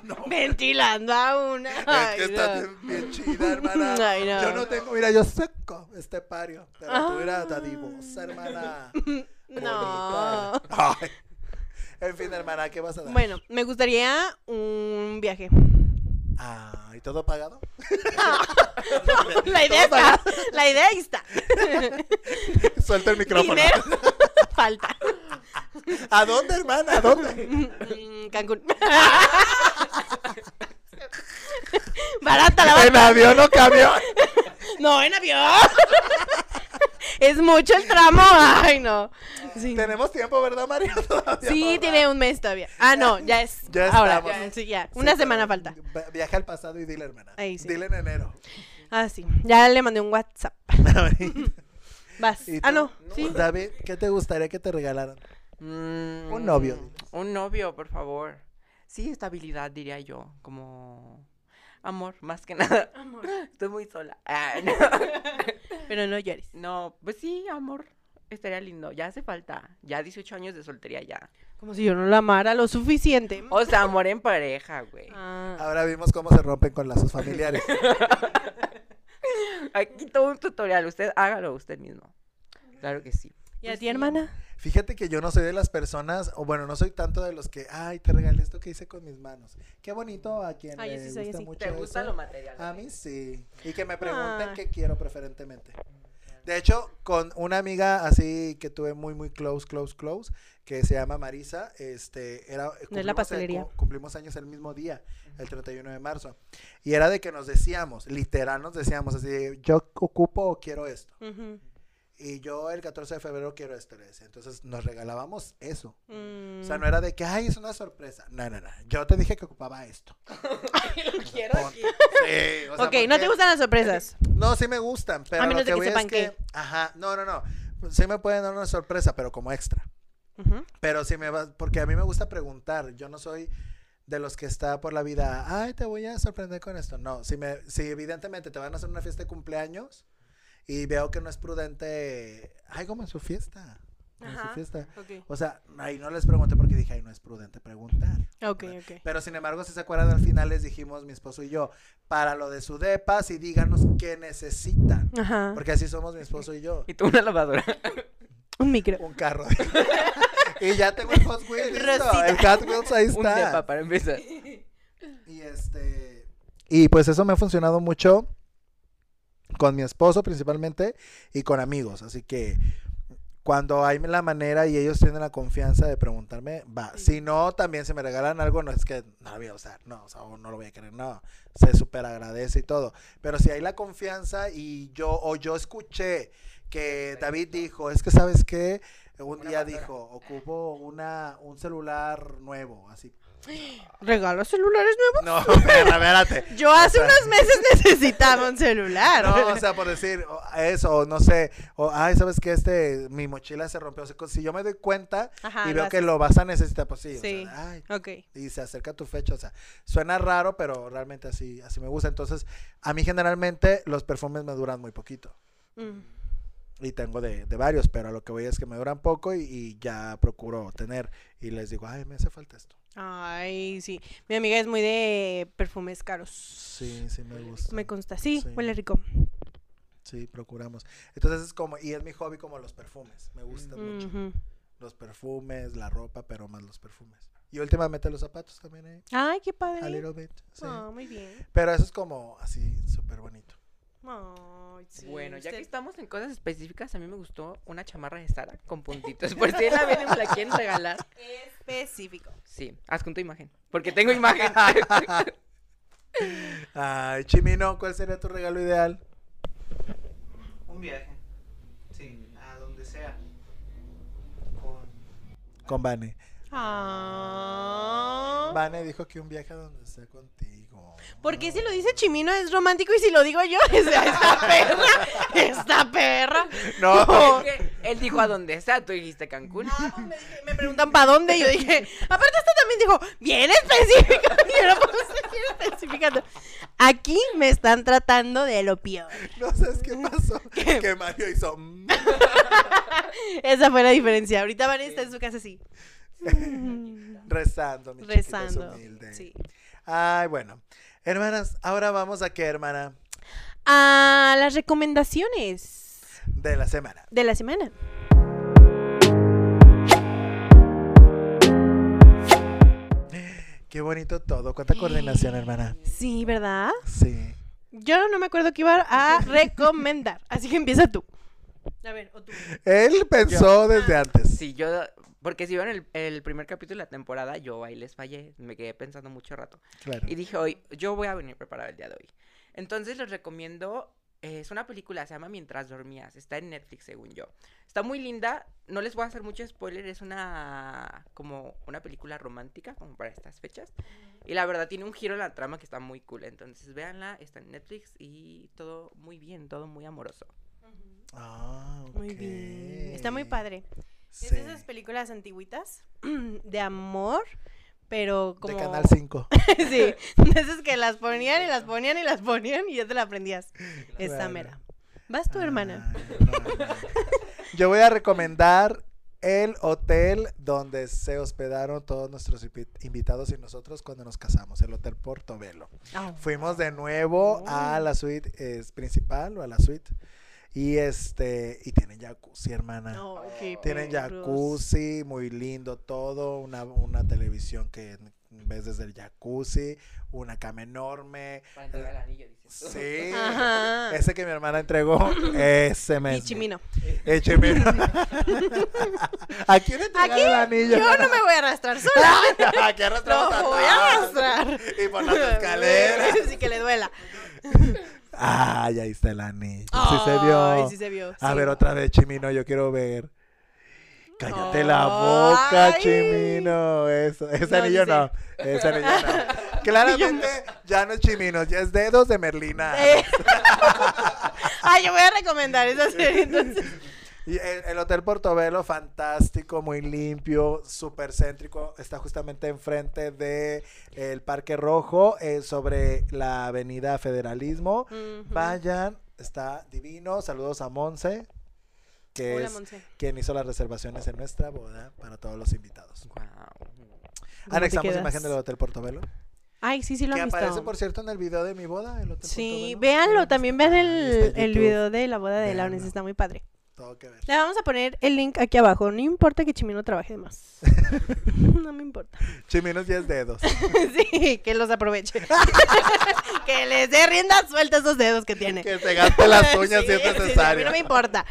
Speaker 1: No.
Speaker 2: Ventilando a una.
Speaker 1: Es que
Speaker 2: Ay,
Speaker 1: estás
Speaker 2: no.
Speaker 1: bien, bien chida, hermana.
Speaker 2: Ay, no.
Speaker 1: Yo no tengo, mira, yo seco este pario. Pero tú
Speaker 2: Ah.
Speaker 1: eras dadivosa, hermana.
Speaker 2: No.
Speaker 1: Bonita. Ay. En fin, hermana, ¿qué vas a dar?
Speaker 2: Bueno, me gustaría un viaje.
Speaker 1: Ah, ¿y todo pagado?
Speaker 2: La idea está. La idea ahí está.
Speaker 1: Suelta el micrófono.
Speaker 2: Dinero. Falta.
Speaker 1: ¿A dónde, hermana? ¿A dónde?
Speaker 2: Mm, Cancún. Barata la
Speaker 1: En avión o camión.
Speaker 2: No, en avión. es mucho el tramo. Ay, no. Sí,
Speaker 1: Tenemos tiempo, ¿verdad, María? Todavía,
Speaker 2: sí
Speaker 1: ¿verdad?
Speaker 2: tiene un mes todavía. Ah, no, ya es.
Speaker 1: Ya
Speaker 2: ahora.
Speaker 1: estamos.
Speaker 2: Sí, ya.
Speaker 1: Sí,
Speaker 2: Una
Speaker 1: pero
Speaker 2: semana falta.
Speaker 1: vi- Viaja al pasado y dile, hermana.
Speaker 2: Ahí sí.
Speaker 1: Dile en enero.
Speaker 2: Ah, sí. Ya le mandé un WhatsApp. Vas.
Speaker 1: ¿Y
Speaker 2: Ah,
Speaker 1: tú?
Speaker 2: no. Sí.
Speaker 1: David, ¿qué te gustaría que te regalaran?
Speaker 3: Mm,
Speaker 1: Un novio, diles.
Speaker 3: Un novio, por favor. Sí, estabilidad, diría yo. Como amor, más que nada. Estoy muy sola. Ah, no.
Speaker 2: Pero no llores.
Speaker 3: No, pues sí, amor. Estaría lindo. Ya hace falta. Ya 18 años de soltería ya.
Speaker 2: Como si yo no la amara lo suficiente.
Speaker 3: O sea, amor en pareja, güey.
Speaker 2: Ah.
Speaker 1: Ahora vimos cómo se rompen con lazos familiares.
Speaker 3: Aquí todo un tutorial. Usted hágalo usted mismo. Claro que sí.
Speaker 2: ¿Y
Speaker 1: pues
Speaker 2: a ti, hermana?
Speaker 1: Fíjate que yo no soy de las personas, o bueno, no soy tanto de los que, ay, te regalé esto que hice con mis manos. Qué bonito a quien
Speaker 2: Ay, yo
Speaker 1: le
Speaker 2: sí soy
Speaker 1: gusta
Speaker 2: así.
Speaker 1: mucho
Speaker 3: ¿Te gusta
Speaker 1: eso.
Speaker 3: lo material?
Speaker 1: A mí sí. Y que me pregunten
Speaker 2: Ay.
Speaker 1: qué quiero preferentemente. De hecho, con una amiga así que tuve muy, muy close, close, close, que se llama Marisa, este, era... cumplimos el-
Speaker 2: pastelería.
Speaker 1: cu- cumplimos años el mismo día, el 31 de marzo. Y era de que nos decíamos, literal nos decíamos así, de, yo ocupo o quiero esto.
Speaker 2: Ujú.
Speaker 1: Y yo el 14 de febrero quiero esto, le decía. Entonces nos regalábamos eso.
Speaker 2: Mm.
Speaker 1: O sea, no era de que, ay, es una sorpresa. No, no, no. Yo te dije que ocupaba esto.
Speaker 3: quiero
Speaker 1: Ponte. Sí, o sea,
Speaker 2: Mm. Ok, no te
Speaker 1: porque-
Speaker 2: gustan las sorpresas.
Speaker 1: No, sí me gustan, pero
Speaker 2: A
Speaker 1: lo
Speaker 2: menos
Speaker 1: que,
Speaker 2: de que
Speaker 1: voy es
Speaker 2: sepan
Speaker 1: que...
Speaker 2: qué.
Speaker 1: Ajá, no, no, no. Sí me pueden dar una sorpresa, pero como extra.
Speaker 2: Ujú.
Speaker 1: Pero sí me va... Porque a mí me gusta preguntar. Yo no soy de los que está por la vida, ay, te voy a sorprender con esto. No, si, me, si evidentemente te van a hacer una fiesta de cumpleaños y veo que no es prudente, ay, como en su fiesta. Como en su
Speaker 2: Ajá.
Speaker 1: fiesta.
Speaker 2: Ok,
Speaker 1: O sea, ahí no les pregunté porque dije, ay, no es prudente preguntar.
Speaker 2: ok. ok.
Speaker 1: Pero sin embargo, si se acuerdan, al final les dijimos, mi esposo y yo, para lo de su depa, sí díganos qué necesitan.
Speaker 2: Ajá.
Speaker 1: Porque así somos mi esposo y yo.
Speaker 3: Y tú una lavadora.
Speaker 2: Un micro.
Speaker 1: Un carro. y ya tengo el Hot Wheels listo.
Speaker 2: Rosita.
Speaker 1: El Hot Wheels ahí
Speaker 3: Un depa
Speaker 1: está.
Speaker 3: para empezar.
Speaker 1: Y este. Y pues eso me ha funcionado mucho con mi esposo principalmente y con amigos. Así que cuando hay la manera y ellos tienen la confianza de preguntarme, va. Si no, también si me regalan algo, no es que no lo voy a usar, no, o sea, o no lo voy a querer, no. Se súper agradece y todo. Pero si hay la confianza y yo, o yo escuché que David dijo, es que sabes qué, un
Speaker 3: Una
Speaker 1: día
Speaker 3: bandera.
Speaker 1: dijo, ocupo una, un celular nuevo, así.
Speaker 2: ¿Regalo celulares nuevos?
Speaker 1: No, espera, espérate.
Speaker 2: Yo hace
Speaker 1: sea-
Speaker 2: unos meses necesitaba un celular.
Speaker 1: No, o sea, por decir o- eso, o no sé, o, ay, ¿sabes qué? Este, mi mochila se rompió. O sea, co- si yo me doy cuenta
Speaker 2: Ajá,
Speaker 1: y
Speaker 2: Ah, lo
Speaker 1: veo que
Speaker 2: haces.
Speaker 1: lo vas a necesitar, pues sí, o sea,
Speaker 2: Sí.
Speaker 1: ay,
Speaker 2: Ok.
Speaker 1: y se acerca tu fecha, o sea, suena raro, pero realmente así, así me gusta. Entonces, a mí generalmente los perfumes me duran muy poquito.
Speaker 2: Mm.
Speaker 1: Y tengo de, de varios, pero a lo que voy es que me duran poco y, y ya procuro tener. Y les digo, ay, me hace falta esto.
Speaker 2: Ay, sí. Mi amiga es muy de perfumes caros.
Speaker 1: Sí, sí, me gusta.
Speaker 2: Me consta. Sí,
Speaker 1: Sí.
Speaker 2: huele rico.
Speaker 1: Sí, procuramos. Entonces es como, y es mi hobby como los perfumes. Me gusta mucho.
Speaker 2: Ujú.
Speaker 1: Los perfumes, la ropa, pero más los perfumes. Y últimamente los zapatos también, ¿eh?
Speaker 2: Ay, qué
Speaker 1: A
Speaker 2: padre.
Speaker 1: little bit. Sí.
Speaker 2: Ah, muy bien.
Speaker 1: Pero eso es como así, súper bonito.
Speaker 2: Ay, sí,
Speaker 3: Bueno, ya
Speaker 2: usted-
Speaker 3: que estamos en cosas específicas, a mí me gustó una chamarra de Sara con puntitos. Por si la ven y me la quieren regalar.
Speaker 2: Específico.
Speaker 3: Sí, adjunto imagen. Porque tengo imagen.
Speaker 1: Ay, Chimino, ¿cuál sería tu regalo ideal?
Speaker 4: Un viaje. Sí, a donde sea. Con.
Speaker 1: Con Vane.
Speaker 2: Ah.
Speaker 1: Vane dijo que un viaje a donde sea contigo.
Speaker 2: Porque si lo dice Chimino es romántico y si lo digo yo, o sea, esta perra, esta perra.
Speaker 1: No.
Speaker 3: Porque él dijo a dónde está, tú dijiste Cancún.
Speaker 2: me, preguntan para dónde y yo dije, aparte este también dijo, bien específico. Y yo no puedo ser bien especificando. Aquí me están tratando de lo peor.
Speaker 1: No sabes qué pasó. Que Mario hizo. mm.
Speaker 2: Esa fue la diferencia. Ahorita Vanessa está en su casa así.
Speaker 1: Rezando, mi chiquita es
Speaker 2: Rezando.
Speaker 1: humilde.
Speaker 2: Sí.
Speaker 1: Ay, bueno. Hermanas, ahora vamos a qué, hermana,
Speaker 2: A las recomendaciones
Speaker 1: de la semana.
Speaker 2: de la semana.
Speaker 1: Qué bonito todo. Cuánta coordinación, hermana.
Speaker 2: Sí, ¿verdad?
Speaker 1: Sí.
Speaker 2: Yo no me acuerdo qué iba a recomendar. Así que empieza tú. A ver, o tú.
Speaker 1: Él pensó desde
Speaker 2: Ah.
Speaker 1: antes.
Speaker 3: Sí, yo. Porque si vieron el, el primer capítulo de la temporada, yo ahí les fallé. Me quedé pensando mucho rato.
Speaker 1: Claro.
Speaker 3: Y dije, hoy, yo voy a venir preparada el día de hoy. Entonces les recomiendo, eh, es una película, se llama Mientras dormías, está en Netflix según yo. Está muy linda, no les voy a hacer mucho spoiler, es una como una película romántica, como para estas fechas. Y la verdad tiene un giro en la trama que está muy cool, entonces véanla, está en Netflix y todo muy bien, todo muy amoroso.
Speaker 1: Ah,
Speaker 2: Muy bien. Está muy
Speaker 1: ok.
Speaker 2: padre. Es
Speaker 1: Sí.
Speaker 2: de esas películas antiguitas de amor, pero como.
Speaker 1: De Canal 5.
Speaker 2: sí. De esas que las ponían y las ponían y las ponían y ya te la aprendías. Esta
Speaker 1: Claro.
Speaker 2: mera. Vas tu hermana.
Speaker 1: Ay, hermana. Yo voy a recomendar el hotel donde se hospedaron todos nuestros invi- invitados y nosotros cuando nos casamos, el Hotel Portobelo.
Speaker 2: Ah.
Speaker 1: Fuimos de nuevo
Speaker 2: Oh.
Speaker 1: a la suite es, principal o a la suite y este y tienen jacuzzi, hermana.
Speaker 2: Ah, No, qué
Speaker 1: Tienen
Speaker 2: perros.
Speaker 1: jacuzzi, muy lindo todo, una, una televisión que ves desde el jacuzzi, una cama enorme.
Speaker 3: Para entregar el anillo, dices.
Speaker 1: Sí.
Speaker 2: Ajá.
Speaker 1: Ese que mi hermana entregó, ese
Speaker 2: Y
Speaker 1: mes.
Speaker 2: Chimino.
Speaker 1: Eh, Chimino. ¿A quién le entregaron
Speaker 2: Aquí
Speaker 1: el anillo?
Speaker 2: yo no me voy a arrastrar sola.
Speaker 1: ¿A qué
Speaker 2: No
Speaker 1: arrastramos
Speaker 2: voy a
Speaker 1: atrás?
Speaker 2: arrastrar.
Speaker 1: Y por las escaleras.
Speaker 2: Así que le duela.
Speaker 1: Ay, ahí está el anillo. sí se
Speaker 2: Ay,
Speaker 1: vio.
Speaker 2: sí se vio.
Speaker 1: A
Speaker 2: sí.
Speaker 1: ver, otra vez, Chimino, yo quiero ver. Cállate la
Speaker 2: Ay.
Speaker 1: boca, Chimino. Eso, ese
Speaker 2: No,
Speaker 1: anillo
Speaker 2: dice-
Speaker 1: no. Ese anillo no. Claramente ya no es Chimino, ya es dedos de Merlina.
Speaker 2: Eh. Ay, yo voy a recomendar esa serie entonces.
Speaker 1: Y el, el Hotel Portobelo, fantástico, muy limpio, súper céntrico. Está justamente enfrente de el Parque Rojo, eh, sobre la avenida Federalismo.
Speaker 2: Ujú.
Speaker 1: Vayan, está divino. Saludos a Monse, que
Speaker 2: Hola,
Speaker 1: es
Speaker 2: Monse.
Speaker 1: quien hizo las reservaciones en nuestra boda para todos los invitados.
Speaker 3: Guau.
Speaker 2: ¿Cómo te
Speaker 1: Anexamos
Speaker 2: quedas?
Speaker 1: imagen del Hotel Portobelo.
Speaker 2: Ay, sí, sí lo
Speaker 1: que
Speaker 2: han
Speaker 1: aparece,
Speaker 2: visto.
Speaker 1: por cierto, en el video de mi boda, el Hotel
Speaker 2: Sí,
Speaker 1: Portobelo.
Speaker 2: véanlo, también vean
Speaker 1: Está
Speaker 2: el,
Speaker 1: en
Speaker 2: el
Speaker 1: YouTube.
Speaker 2: video de la boda de Lauren,
Speaker 1: Véanlo.
Speaker 2: está muy padre.
Speaker 1: Todo que ver.
Speaker 2: Le vamos a poner el link aquí abajo, no importa que Chimino trabaje de más. No me importa.
Speaker 1: Chiminos 10 dedos.
Speaker 2: Sí, que los aproveche. que les dé rienda suelta a esos dedos que tiene.
Speaker 1: que se gaste las uñas
Speaker 2: Sí,
Speaker 1: si es
Speaker 2: sí, sí, a mí
Speaker 1: necesario.
Speaker 2: no me importa.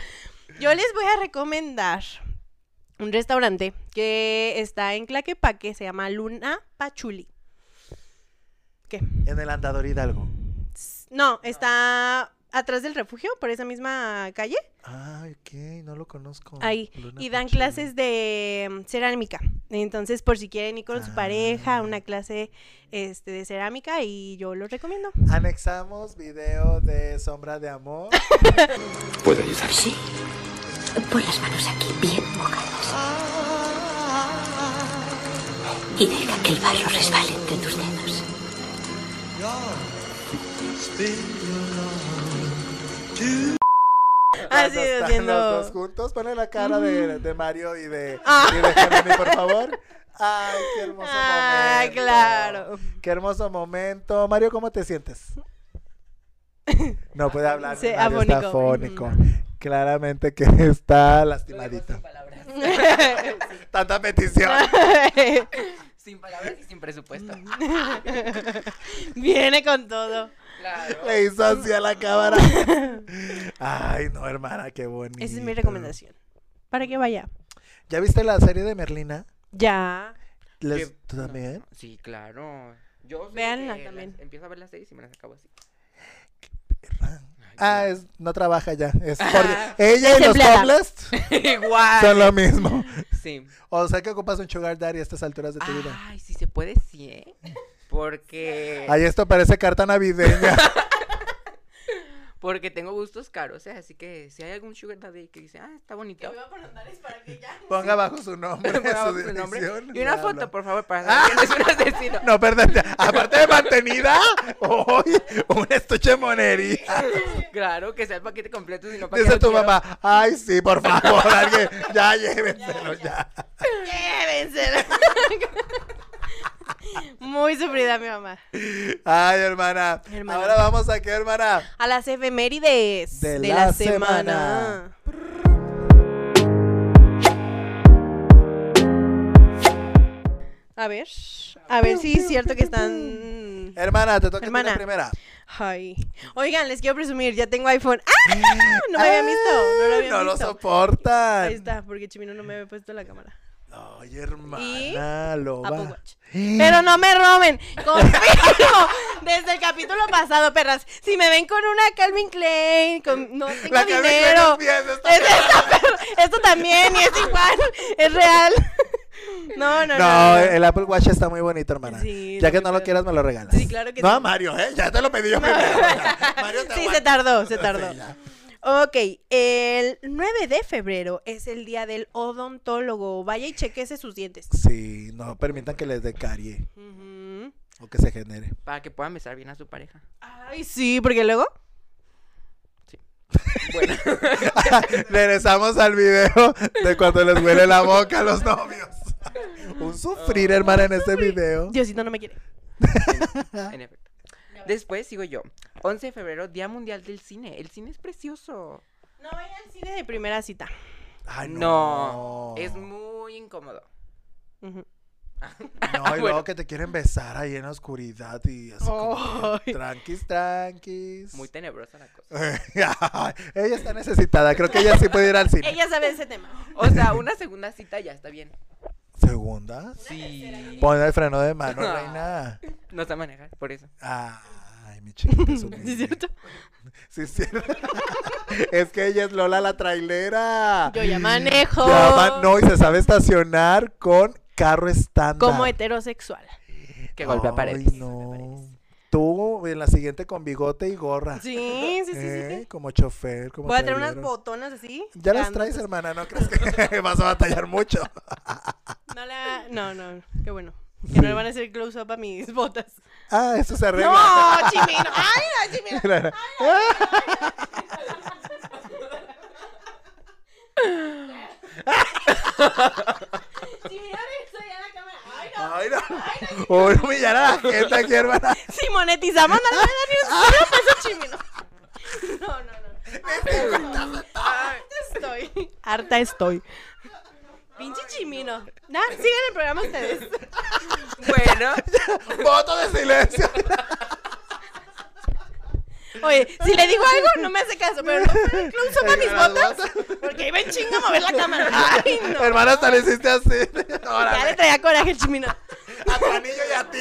Speaker 2: Yo les voy a recomendar un restaurante que está en Claquepaque, se llama Luna Pachuli. ¿Qué?
Speaker 1: En el andador Hidalgo.
Speaker 2: No, está atrás del refugio, por esa misma calle.
Speaker 1: Ah, ok, no lo conozco.
Speaker 2: Ahí.
Speaker 1: Luna
Speaker 2: y dan
Speaker 1: Pachuli.
Speaker 2: clases de mm, cerámica. Entonces, por si quieren ir con su pareja,
Speaker 1: Ah.
Speaker 2: una clase este, de cerámica y yo los recomiendo.
Speaker 1: Anexamos video de Sombra de Amor.
Speaker 5: ¿Puedo ayudar?
Speaker 6: Sí. Pon las manos aquí bien mojadas. Y deja que el barro resbale entre tus dedos.
Speaker 1: los
Speaker 2: Así
Speaker 1: dos-
Speaker 2: haciendo-
Speaker 1: los dos juntos. Ponle la cara de, de Mario y de,
Speaker 2: Ah.
Speaker 1: y de Jeremy, por favor. Ay, qué hermoso
Speaker 2: Ah,
Speaker 1: momento.
Speaker 2: claro.
Speaker 1: Qué hermoso momento. Mario, ¿cómo te sientes? No puede hablar.
Speaker 2: Sí,
Speaker 1: Mario está
Speaker 2: afónico. Mm.
Speaker 1: afónico. Claramente que está lastimadito.
Speaker 3: Sin palabras.
Speaker 1: Tanta petición.
Speaker 3: sin palabras y sin presupuesto.
Speaker 2: Viene con todo.
Speaker 3: Claro.
Speaker 1: Le hizo así a la cámara. Ay, no, hermana, qué bonito.
Speaker 2: Esa es mi recomendación. Para que vaya.
Speaker 1: ¿Ya viste la serie de Merlina?
Speaker 2: Ya.
Speaker 1: Les-
Speaker 3: Que-
Speaker 1: ¿Tú
Speaker 3: no,
Speaker 1: también?
Speaker 3: no, Sí, claro. Yo soy de
Speaker 2: Véanla
Speaker 3: que
Speaker 2: también.
Speaker 3: las- empiezo a ver las series y me las acabo así. Ay,
Speaker 1: Ah, es- no trabaja ya. Es por- Ella
Speaker 2: Es
Speaker 1: y los
Speaker 2: empleada.
Speaker 1: homeless
Speaker 3: Igual.
Speaker 1: son lo mismo.
Speaker 3: Sí.
Speaker 1: O sea que ocupas un sugar daddy a estas alturas de tu vida.
Speaker 3: Ay, si se puede, sí, ¿eh? Porque,
Speaker 1: Ah, Ay, esto parece carta navideña.
Speaker 3: porque tengo gustos caros, ¿eh? Así que si hay algún sugar daddy que dice, ah, está bonito,
Speaker 1: Ponga abajo su nombre,
Speaker 3: ponga
Speaker 1: su
Speaker 3: abajo su nombre
Speaker 1: dirección.
Speaker 3: y una
Speaker 1: bla,
Speaker 3: foto,
Speaker 1: bla.
Speaker 3: por favor, para saber que no es un asesino.
Speaker 1: No perderte. Aparte de mantenida, hoy un estuche de monería.
Speaker 3: Claro, que sea el paquete completo, sino para
Speaker 1: Dice tu mamá, ay sí, por favor, alguien, ya llévenselo, ya.
Speaker 2: Llévensela. Muy sufrida mi mamá.
Speaker 1: Ay, hermana.
Speaker 2: Hermana.
Speaker 1: Ahora vamos a qué, hermana.
Speaker 2: A las efemérides
Speaker 1: De
Speaker 2: de,
Speaker 1: la
Speaker 2: la, semana. A ver, a ver si es cierto que están.
Speaker 1: Hermana, te toca a ti la
Speaker 2: Hermana.
Speaker 1: primera.
Speaker 2: Ay. Oigan, les quiero presumir, ya tengo iPhone. ¡Ah! No me había visto. No lo había
Speaker 1: No lo
Speaker 2: visto.
Speaker 1: soportan.
Speaker 2: Ahí está, porque Chimino no me había puesto la cámara.
Speaker 1: Ay, hermana, lo
Speaker 2: Apple
Speaker 1: va.
Speaker 2: Watch. Pero no me roben, confirmo. Desde el capítulo pasado, perras. Si me ven con una Calvin Klein, con- no tengo
Speaker 1: La que me cae en los
Speaker 2: dinero.
Speaker 1: pies, está
Speaker 2: Es
Speaker 1: bien.
Speaker 2: esa, perra. Esto también, y es igual, es real. No, no, no.
Speaker 1: No,
Speaker 2: no.
Speaker 1: el Apple Watch está muy bonito, hermana.
Speaker 2: Sí,
Speaker 1: ya que
Speaker 2: está
Speaker 1: no
Speaker 2: muy
Speaker 1: lo
Speaker 2: padre.
Speaker 1: quieras, me lo regalas.
Speaker 2: Sí, claro que
Speaker 1: No,
Speaker 2: sí.
Speaker 1: a Mario, ¿eh? Ya te lo pedí yo primero. ya. Mario te
Speaker 2: Sí, se
Speaker 1: aguanta.
Speaker 2: tardó, se tardó.
Speaker 1: Sí, ya.
Speaker 2: Ok, el 9 de febrero es el día del odontólogo. Vaya y chequese sus dientes.
Speaker 1: Sí, no permitan que les dé carie
Speaker 2: Ujú.
Speaker 1: o que se genere.
Speaker 3: Para que puedan besar bien a su pareja.
Speaker 2: Ay, sí, porque luego.
Speaker 3: Bueno,
Speaker 1: Regresamos al video de cuando les huele la boca a los novios. Un sufrir, hermana, en este video.
Speaker 2: Diosito no me quiere.
Speaker 3: en efecto. Después sigo yo. 11 de febrero, Día Mundial del Cine. El cine es precioso.
Speaker 2: No vaya al cine de primera cita.
Speaker 1: Ay, Oh.
Speaker 3: no. Es muy incómodo.
Speaker 2: Ujú. Ah,
Speaker 1: No, y luego
Speaker 3: bueno.
Speaker 1: que te quieren besar ahí en la oscuridad y así como que,
Speaker 2: Ay.
Speaker 1: tranquis, tranquis.
Speaker 3: Muy tenebrosa la cosa.
Speaker 1: ella está necesitada, creo que ella sí puede ir al cine.
Speaker 2: Ella sabe ese tema.
Speaker 3: O sea, una segunda cita ya está bien.
Speaker 1: Segunda.
Speaker 3: Sí.
Speaker 1: Pon el freno de mano,
Speaker 3: Ah.
Speaker 1: reina.
Speaker 3: No sé manejar, por eso.
Speaker 1: Ay, mi chiquita es humilde.
Speaker 2: ¿Sí es cierto?
Speaker 1: Sí, es cierto. es que ella es Lola la trailera.
Speaker 2: Yo ya manejo.
Speaker 1: Mm, Ya va- no, y se sabe estacionar con carro estándar.
Speaker 2: Como heterosexual.
Speaker 3: Que golpea
Speaker 1: Ay,
Speaker 3: paredes.
Speaker 1: no. Tú en la siguiente con bigote y gorra.
Speaker 2: Sí, sí, sí, sí,
Speaker 1: ¿Eh?
Speaker 2: sí.
Speaker 1: Como chofer, como
Speaker 2: Voy a traer unas
Speaker 1: trailero.
Speaker 2: botonas así.
Speaker 1: Ya las
Speaker 2: grandotas.
Speaker 1: traes, hermana, no crees que vas a batallar mucho.
Speaker 2: No, la... no, no, qué bueno. Que no le van a hacer close-up a mis botas.
Speaker 1: Ah, eso se
Speaker 2: ¡No,
Speaker 1: arregla.
Speaker 2: Chimino! ¡Ay, no, Chimino! Chimino, regresó ya a la cámara. ¡Ay, no!
Speaker 1: Ay, no. Uy, humillar a la gente aquí, hermana.
Speaker 2: Si monetizamos, no le van a dar ni un solo peso, Chimino. No, no, no. Harta estoy. Harta estoy. Pinche Chimino. Nah, sigan el programa ustedes.
Speaker 3: Bueno,
Speaker 1: Voto de silencio.
Speaker 2: Oye, si le digo algo, no me hace caso, pero no fue incluso para mis
Speaker 1: Las
Speaker 2: botas. Porque iba en chinga a mover la cámara. Ay, no.
Speaker 1: Hermana, hasta le hiciste así.
Speaker 2: Ya le
Speaker 1: Órale.
Speaker 2: traía coraje el Chimino.
Speaker 1: A tu anillo y a ti.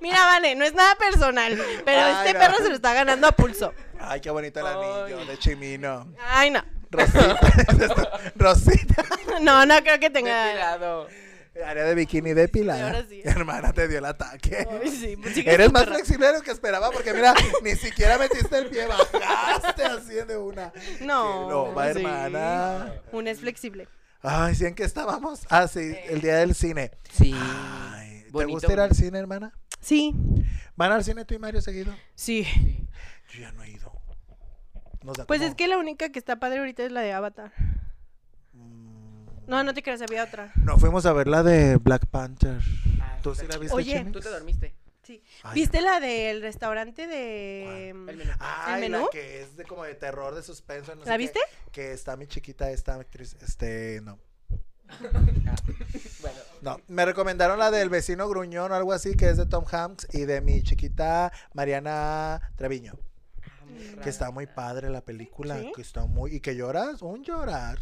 Speaker 2: Mira, Vane, no es nada personal, pero
Speaker 1: Ay,
Speaker 2: este
Speaker 1: no.
Speaker 2: perro se lo está ganando a pulso.
Speaker 1: Ay, qué bonito el anillo de chimino.
Speaker 2: Ay, no.
Speaker 1: Rosita. Rosita.
Speaker 2: No, no creo que tenga.
Speaker 3: depilado.
Speaker 1: Área de bikini depilada.
Speaker 2: Ahora sí.
Speaker 1: Hermana, te dio el ataque.
Speaker 2: Ay, sí, pues sigue
Speaker 1: Eres
Speaker 2: siendo
Speaker 1: más
Speaker 2: perra.
Speaker 1: flexible de lo que esperaba porque mira, ni siquiera metiste el pie, bajaste así de una.
Speaker 2: No,
Speaker 1: Qué loba,
Speaker 2: sí.
Speaker 1: hermana.
Speaker 2: Una es flexible.
Speaker 1: Ay, ¿sí en qué estábamos? Ah, sí, el día del cine.
Speaker 3: Sí.
Speaker 1: Ay, ¿te
Speaker 3: Bonito,
Speaker 1: gusta ir al
Speaker 3: bonito.
Speaker 1: cine, hermana?
Speaker 2: Sí,
Speaker 1: ¿Van al cine tú y Mario seguido?
Speaker 2: sí.
Speaker 1: Yo ya no he ido. Nos da
Speaker 2: Pues
Speaker 1: como-
Speaker 2: es que la única que está padre ahorita es la de Avatar.
Speaker 1: Mm,
Speaker 2: No, no te creas, había otra.
Speaker 1: No fuimos a ver la de Black Panther.
Speaker 4: Ah,
Speaker 1: ¿Tú
Speaker 4: está
Speaker 1: sí la
Speaker 4: chida.
Speaker 1: viste?
Speaker 2: Oye.
Speaker 1: Chimix?
Speaker 3: Tú te dormiste.
Speaker 1: Ay,
Speaker 2: ¿Viste la del restaurante de... mm,
Speaker 3: El menú.
Speaker 1: Ay,
Speaker 2: menú?
Speaker 1: Ah, la que es de como de terror, de suspenso. no sé
Speaker 2: ¿La
Speaker 1: qué,
Speaker 2: viste?
Speaker 1: que está mi chiquita, esta actriz. Este, no.
Speaker 3: Bueno,
Speaker 1: No, me recomendaron la del vecino gruñón o algo así, que es de Tom Hanks y de mi chiquita Mariana Treviño,
Speaker 3: ah, muy rara.
Speaker 1: que está muy padre la película,
Speaker 2: ¿Sí?
Speaker 1: que está muy y que lloras, un llorar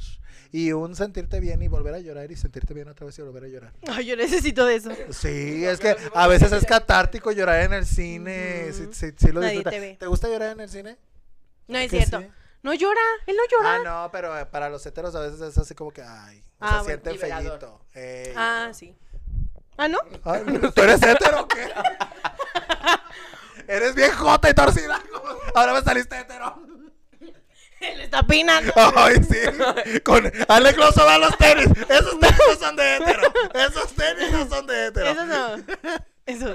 Speaker 1: y un sentirte bien y volver a llorar y sentirte bien otra vez y volver a llorar.
Speaker 2: Ay, yo necesito de eso.
Speaker 1: Sí, es que a veces es catártico llorar en el cine, sí,
Speaker 2: Ujú.
Speaker 1: sí, sí lo
Speaker 2: Nadie
Speaker 1: disfruta.
Speaker 2: te ve.
Speaker 1: ¿Te gusta llorar en el cine?
Speaker 2: No es
Speaker 1: Que
Speaker 2: cierto.
Speaker 1: sí.
Speaker 2: No llora, él no llora.
Speaker 1: Ah, no, pero eh, para los heteros a veces es así como que, ay, o
Speaker 2: Ah,
Speaker 1: se
Speaker 2: bueno.
Speaker 1: siente
Speaker 3: Liberador.
Speaker 1: fellito. Ey.
Speaker 2: Ah, sí. Ah, ¿no?
Speaker 1: Ay, ¿Tú eres hetero o qué? eres bien jota y torcida. Ahora me saliste hetero.
Speaker 2: Él está opinando.
Speaker 1: Ay, sí. Con Alex Loso va a los tenis. Esos tenis no son de hetero. Esos tenis no son de hetero.
Speaker 2: Eso no. Eso.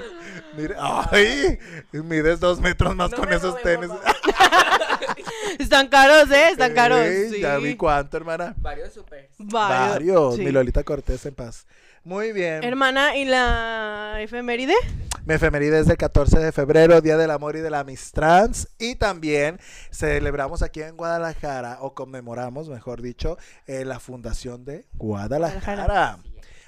Speaker 1: Mira, ay, mides dos metros más
Speaker 3: No
Speaker 1: con
Speaker 3: me
Speaker 1: esos
Speaker 3: roben,
Speaker 1: tenis.
Speaker 3: por favor.
Speaker 2: Están caros, ¿eh? Están caros.
Speaker 1: Ey,
Speaker 2: sí.
Speaker 1: Ya vi cuánto, hermana.
Speaker 3: Varios super.
Speaker 2: Varios.
Speaker 1: Varios.
Speaker 2: sí.
Speaker 1: Mi Lolita Cortés en paz. Muy bien.
Speaker 2: Hermana, ¿y la efeméride?
Speaker 1: Mi efeméride es del 14 de febrero, Día del Amor y de la Amistad. Y también celebramos aquí en Guadalajara, o conmemoramos, mejor dicho, eh, la fundación de Guadalajara.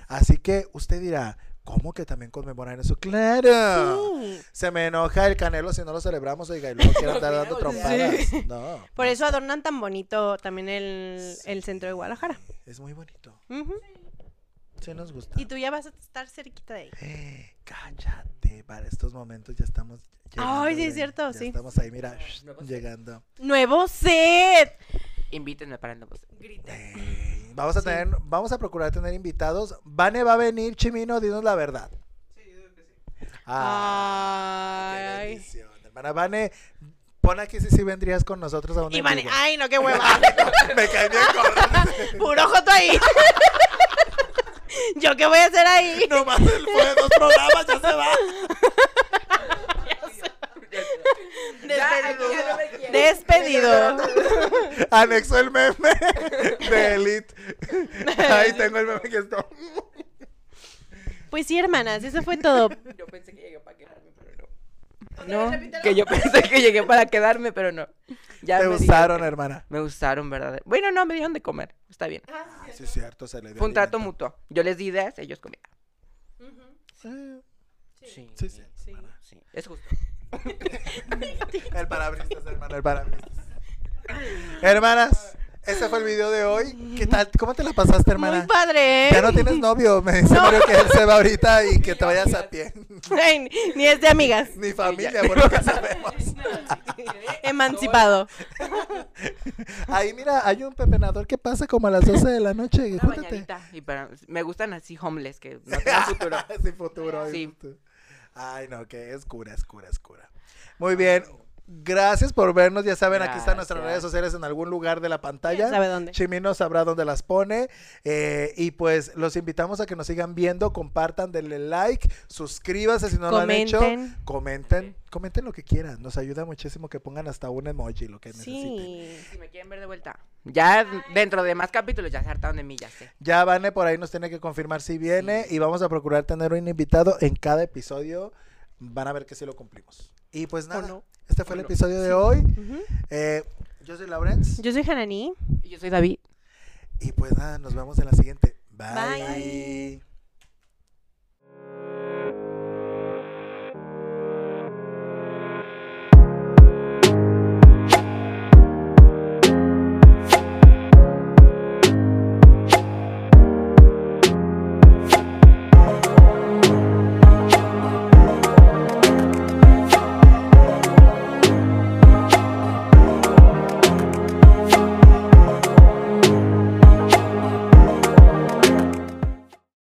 Speaker 1: Así que usted dirá, ¿cómo que también conmemoran eso? ¡Claro!
Speaker 2: Sí.
Speaker 1: Se me enoja el canelo si no lo celebramos, oiga, y luego quiero andar
Speaker 3: Sí.
Speaker 1: dando trompadas.
Speaker 2: Sí.
Speaker 1: No.
Speaker 2: Por eso adornan tan bonito también el, el centro de Guadalajara.
Speaker 1: Es muy bonito.
Speaker 2: Ujú.
Speaker 1: Sí nos gusta.
Speaker 2: Y tú ya vas a estar cerquita de ahí.
Speaker 1: Eh, cállate, para estos momentos ya estamos llegando.
Speaker 2: Ay, sí, es
Speaker 1: ya-
Speaker 2: cierto,
Speaker 1: ya
Speaker 2: sí.
Speaker 1: Estamos ahí, mira, shh,
Speaker 3: Nuevo set.
Speaker 1: llegando.
Speaker 2: ¡Nuevo set!
Speaker 3: Invítenme para el nuevo set.
Speaker 1: Ey, Vamos a tener, vamos a procurar tener invitados. Vane va a venir, Chimino, dinos la verdad.
Speaker 4: Sí, yo digo que sí.
Speaker 1: qué
Speaker 2: Ay.
Speaker 1: bendición, hermana Vane, pon aquí si sí vendrías con nosotros a un
Speaker 2: Y van,
Speaker 1: en vivo.
Speaker 2: ay, no, qué hueva.
Speaker 1: pues. Me cae bien gordo.
Speaker 2: Puro joto ahí. ¿Yo qué voy a hacer ahí?
Speaker 1: Nomás él fue de dos programas, ya se va.
Speaker 2: Despedido.
Speaker 3: ya no me quiere.
Speaker 2: Despedido.
Speaker 1: Anexo el meme de Elite. Ahí tengo el meme que es como-
Speaker 2: Pues sí, hermanas, eso fue todo.
Speaker 3: Yo pensé que llegué para quedarme, pero no. No, que yo pensé que llegué para quedarme, pero no. Ya
Speaker 1: Te
Speaker 3: me
Speaker 1: usaron,
Speaker 3: dijeron
Speaker 1: hermana.
Speaker 3: que- Me usaron, ¿verdad? Bueno, no, me dieron de comer. Está bien.
Speaker 1: Sí, es cierto, se le dio.
Speaker 3: Fue un trato
Speaker 1: alimento.
Speaker 3: mutuo. Yo les di ideas, ellos comían.
Speaker 1: Eh,
Speaker 3: Sí,
Speaker 1: Sí, sí,
Speaker 3: hermana, sí. Es justo.
Speaker 1: El parabrisas, hermana, el parabrisas. Hermanas, este fue el video de hoy. ¿Qué tal? ¿Cómo te la pasaste, hermana?
Speaker 2: Muy padre, ¿eh?
Speaker 1: Ya no tienes novio, me dice Mario que él se va ahorita y que te vayas a pie.
Speaker 2: Ay, ni es de amigas.
Speaker 1: Ni familia, por lo que sabemos.
Speaker 2: Emancipado.
Speaker 1: Ahí mira, hay un pepenador que pasa como a las 12 de la noche.
Speaker 3: Una
Speaker 1: Júntate.
Speaker 3: bañadita. Y para... Me gustan así homeless, que no tienen futuro.
Speaker 1: Sin futuro. ay,
Speaker 3: Sí.
Speaker 1: futuro. Ay, no, que es cura, es cura, es cura. Muy
Speaker 3: Ah.
Speaker 1: bien. Gracias por vernos. Ya saben, aquí están nuestras
Speaker 3: Gracias.
Speaker 1: redes sociales en algún lugar de la pantalla.
Speaker 2: ¿Sabe dónde?
Speaker 1: Chimino sabrá dónde las pone. Eh, y pues los invitamos a que nos sigan viendo, compartan, denle like, suscríbanse si no lo han hecho.
Speaker 2: Comenten.
Speaker 1: Comenten, comenten lo que quieran. Nos ayuda muchísimo que pongan hasta un emoji, lo que necesiten.
Speaker 2: Sí.
Speaker 3: Si me quieren ver de vuelta. Ya dentro de más capítulos ya se hartaron de mí, ya sé.
Speaker 1: Ya Vane por ahí nos tiene que confirmar si viene y vamos a procurar tener un invitado en cada episodio. Van a ver que sí lo cumplimos. Y pues nada,
Speaker 3: no.
Speaker 1: este fue
Speaker 3: O
Speaker 1: el
Speaker 3: no.
Speaker 1: episodio de hoy.
Speaker 2: Ujú.
Speaker 1: Eh, yo soy Laurence
Speaker 2: Yo soy Hanani.
Speaker 3: Y Yo soy David.
Speaker 1: y pues nada, nos vemos en la siguiente. Bye.
Speaker 2: Bye.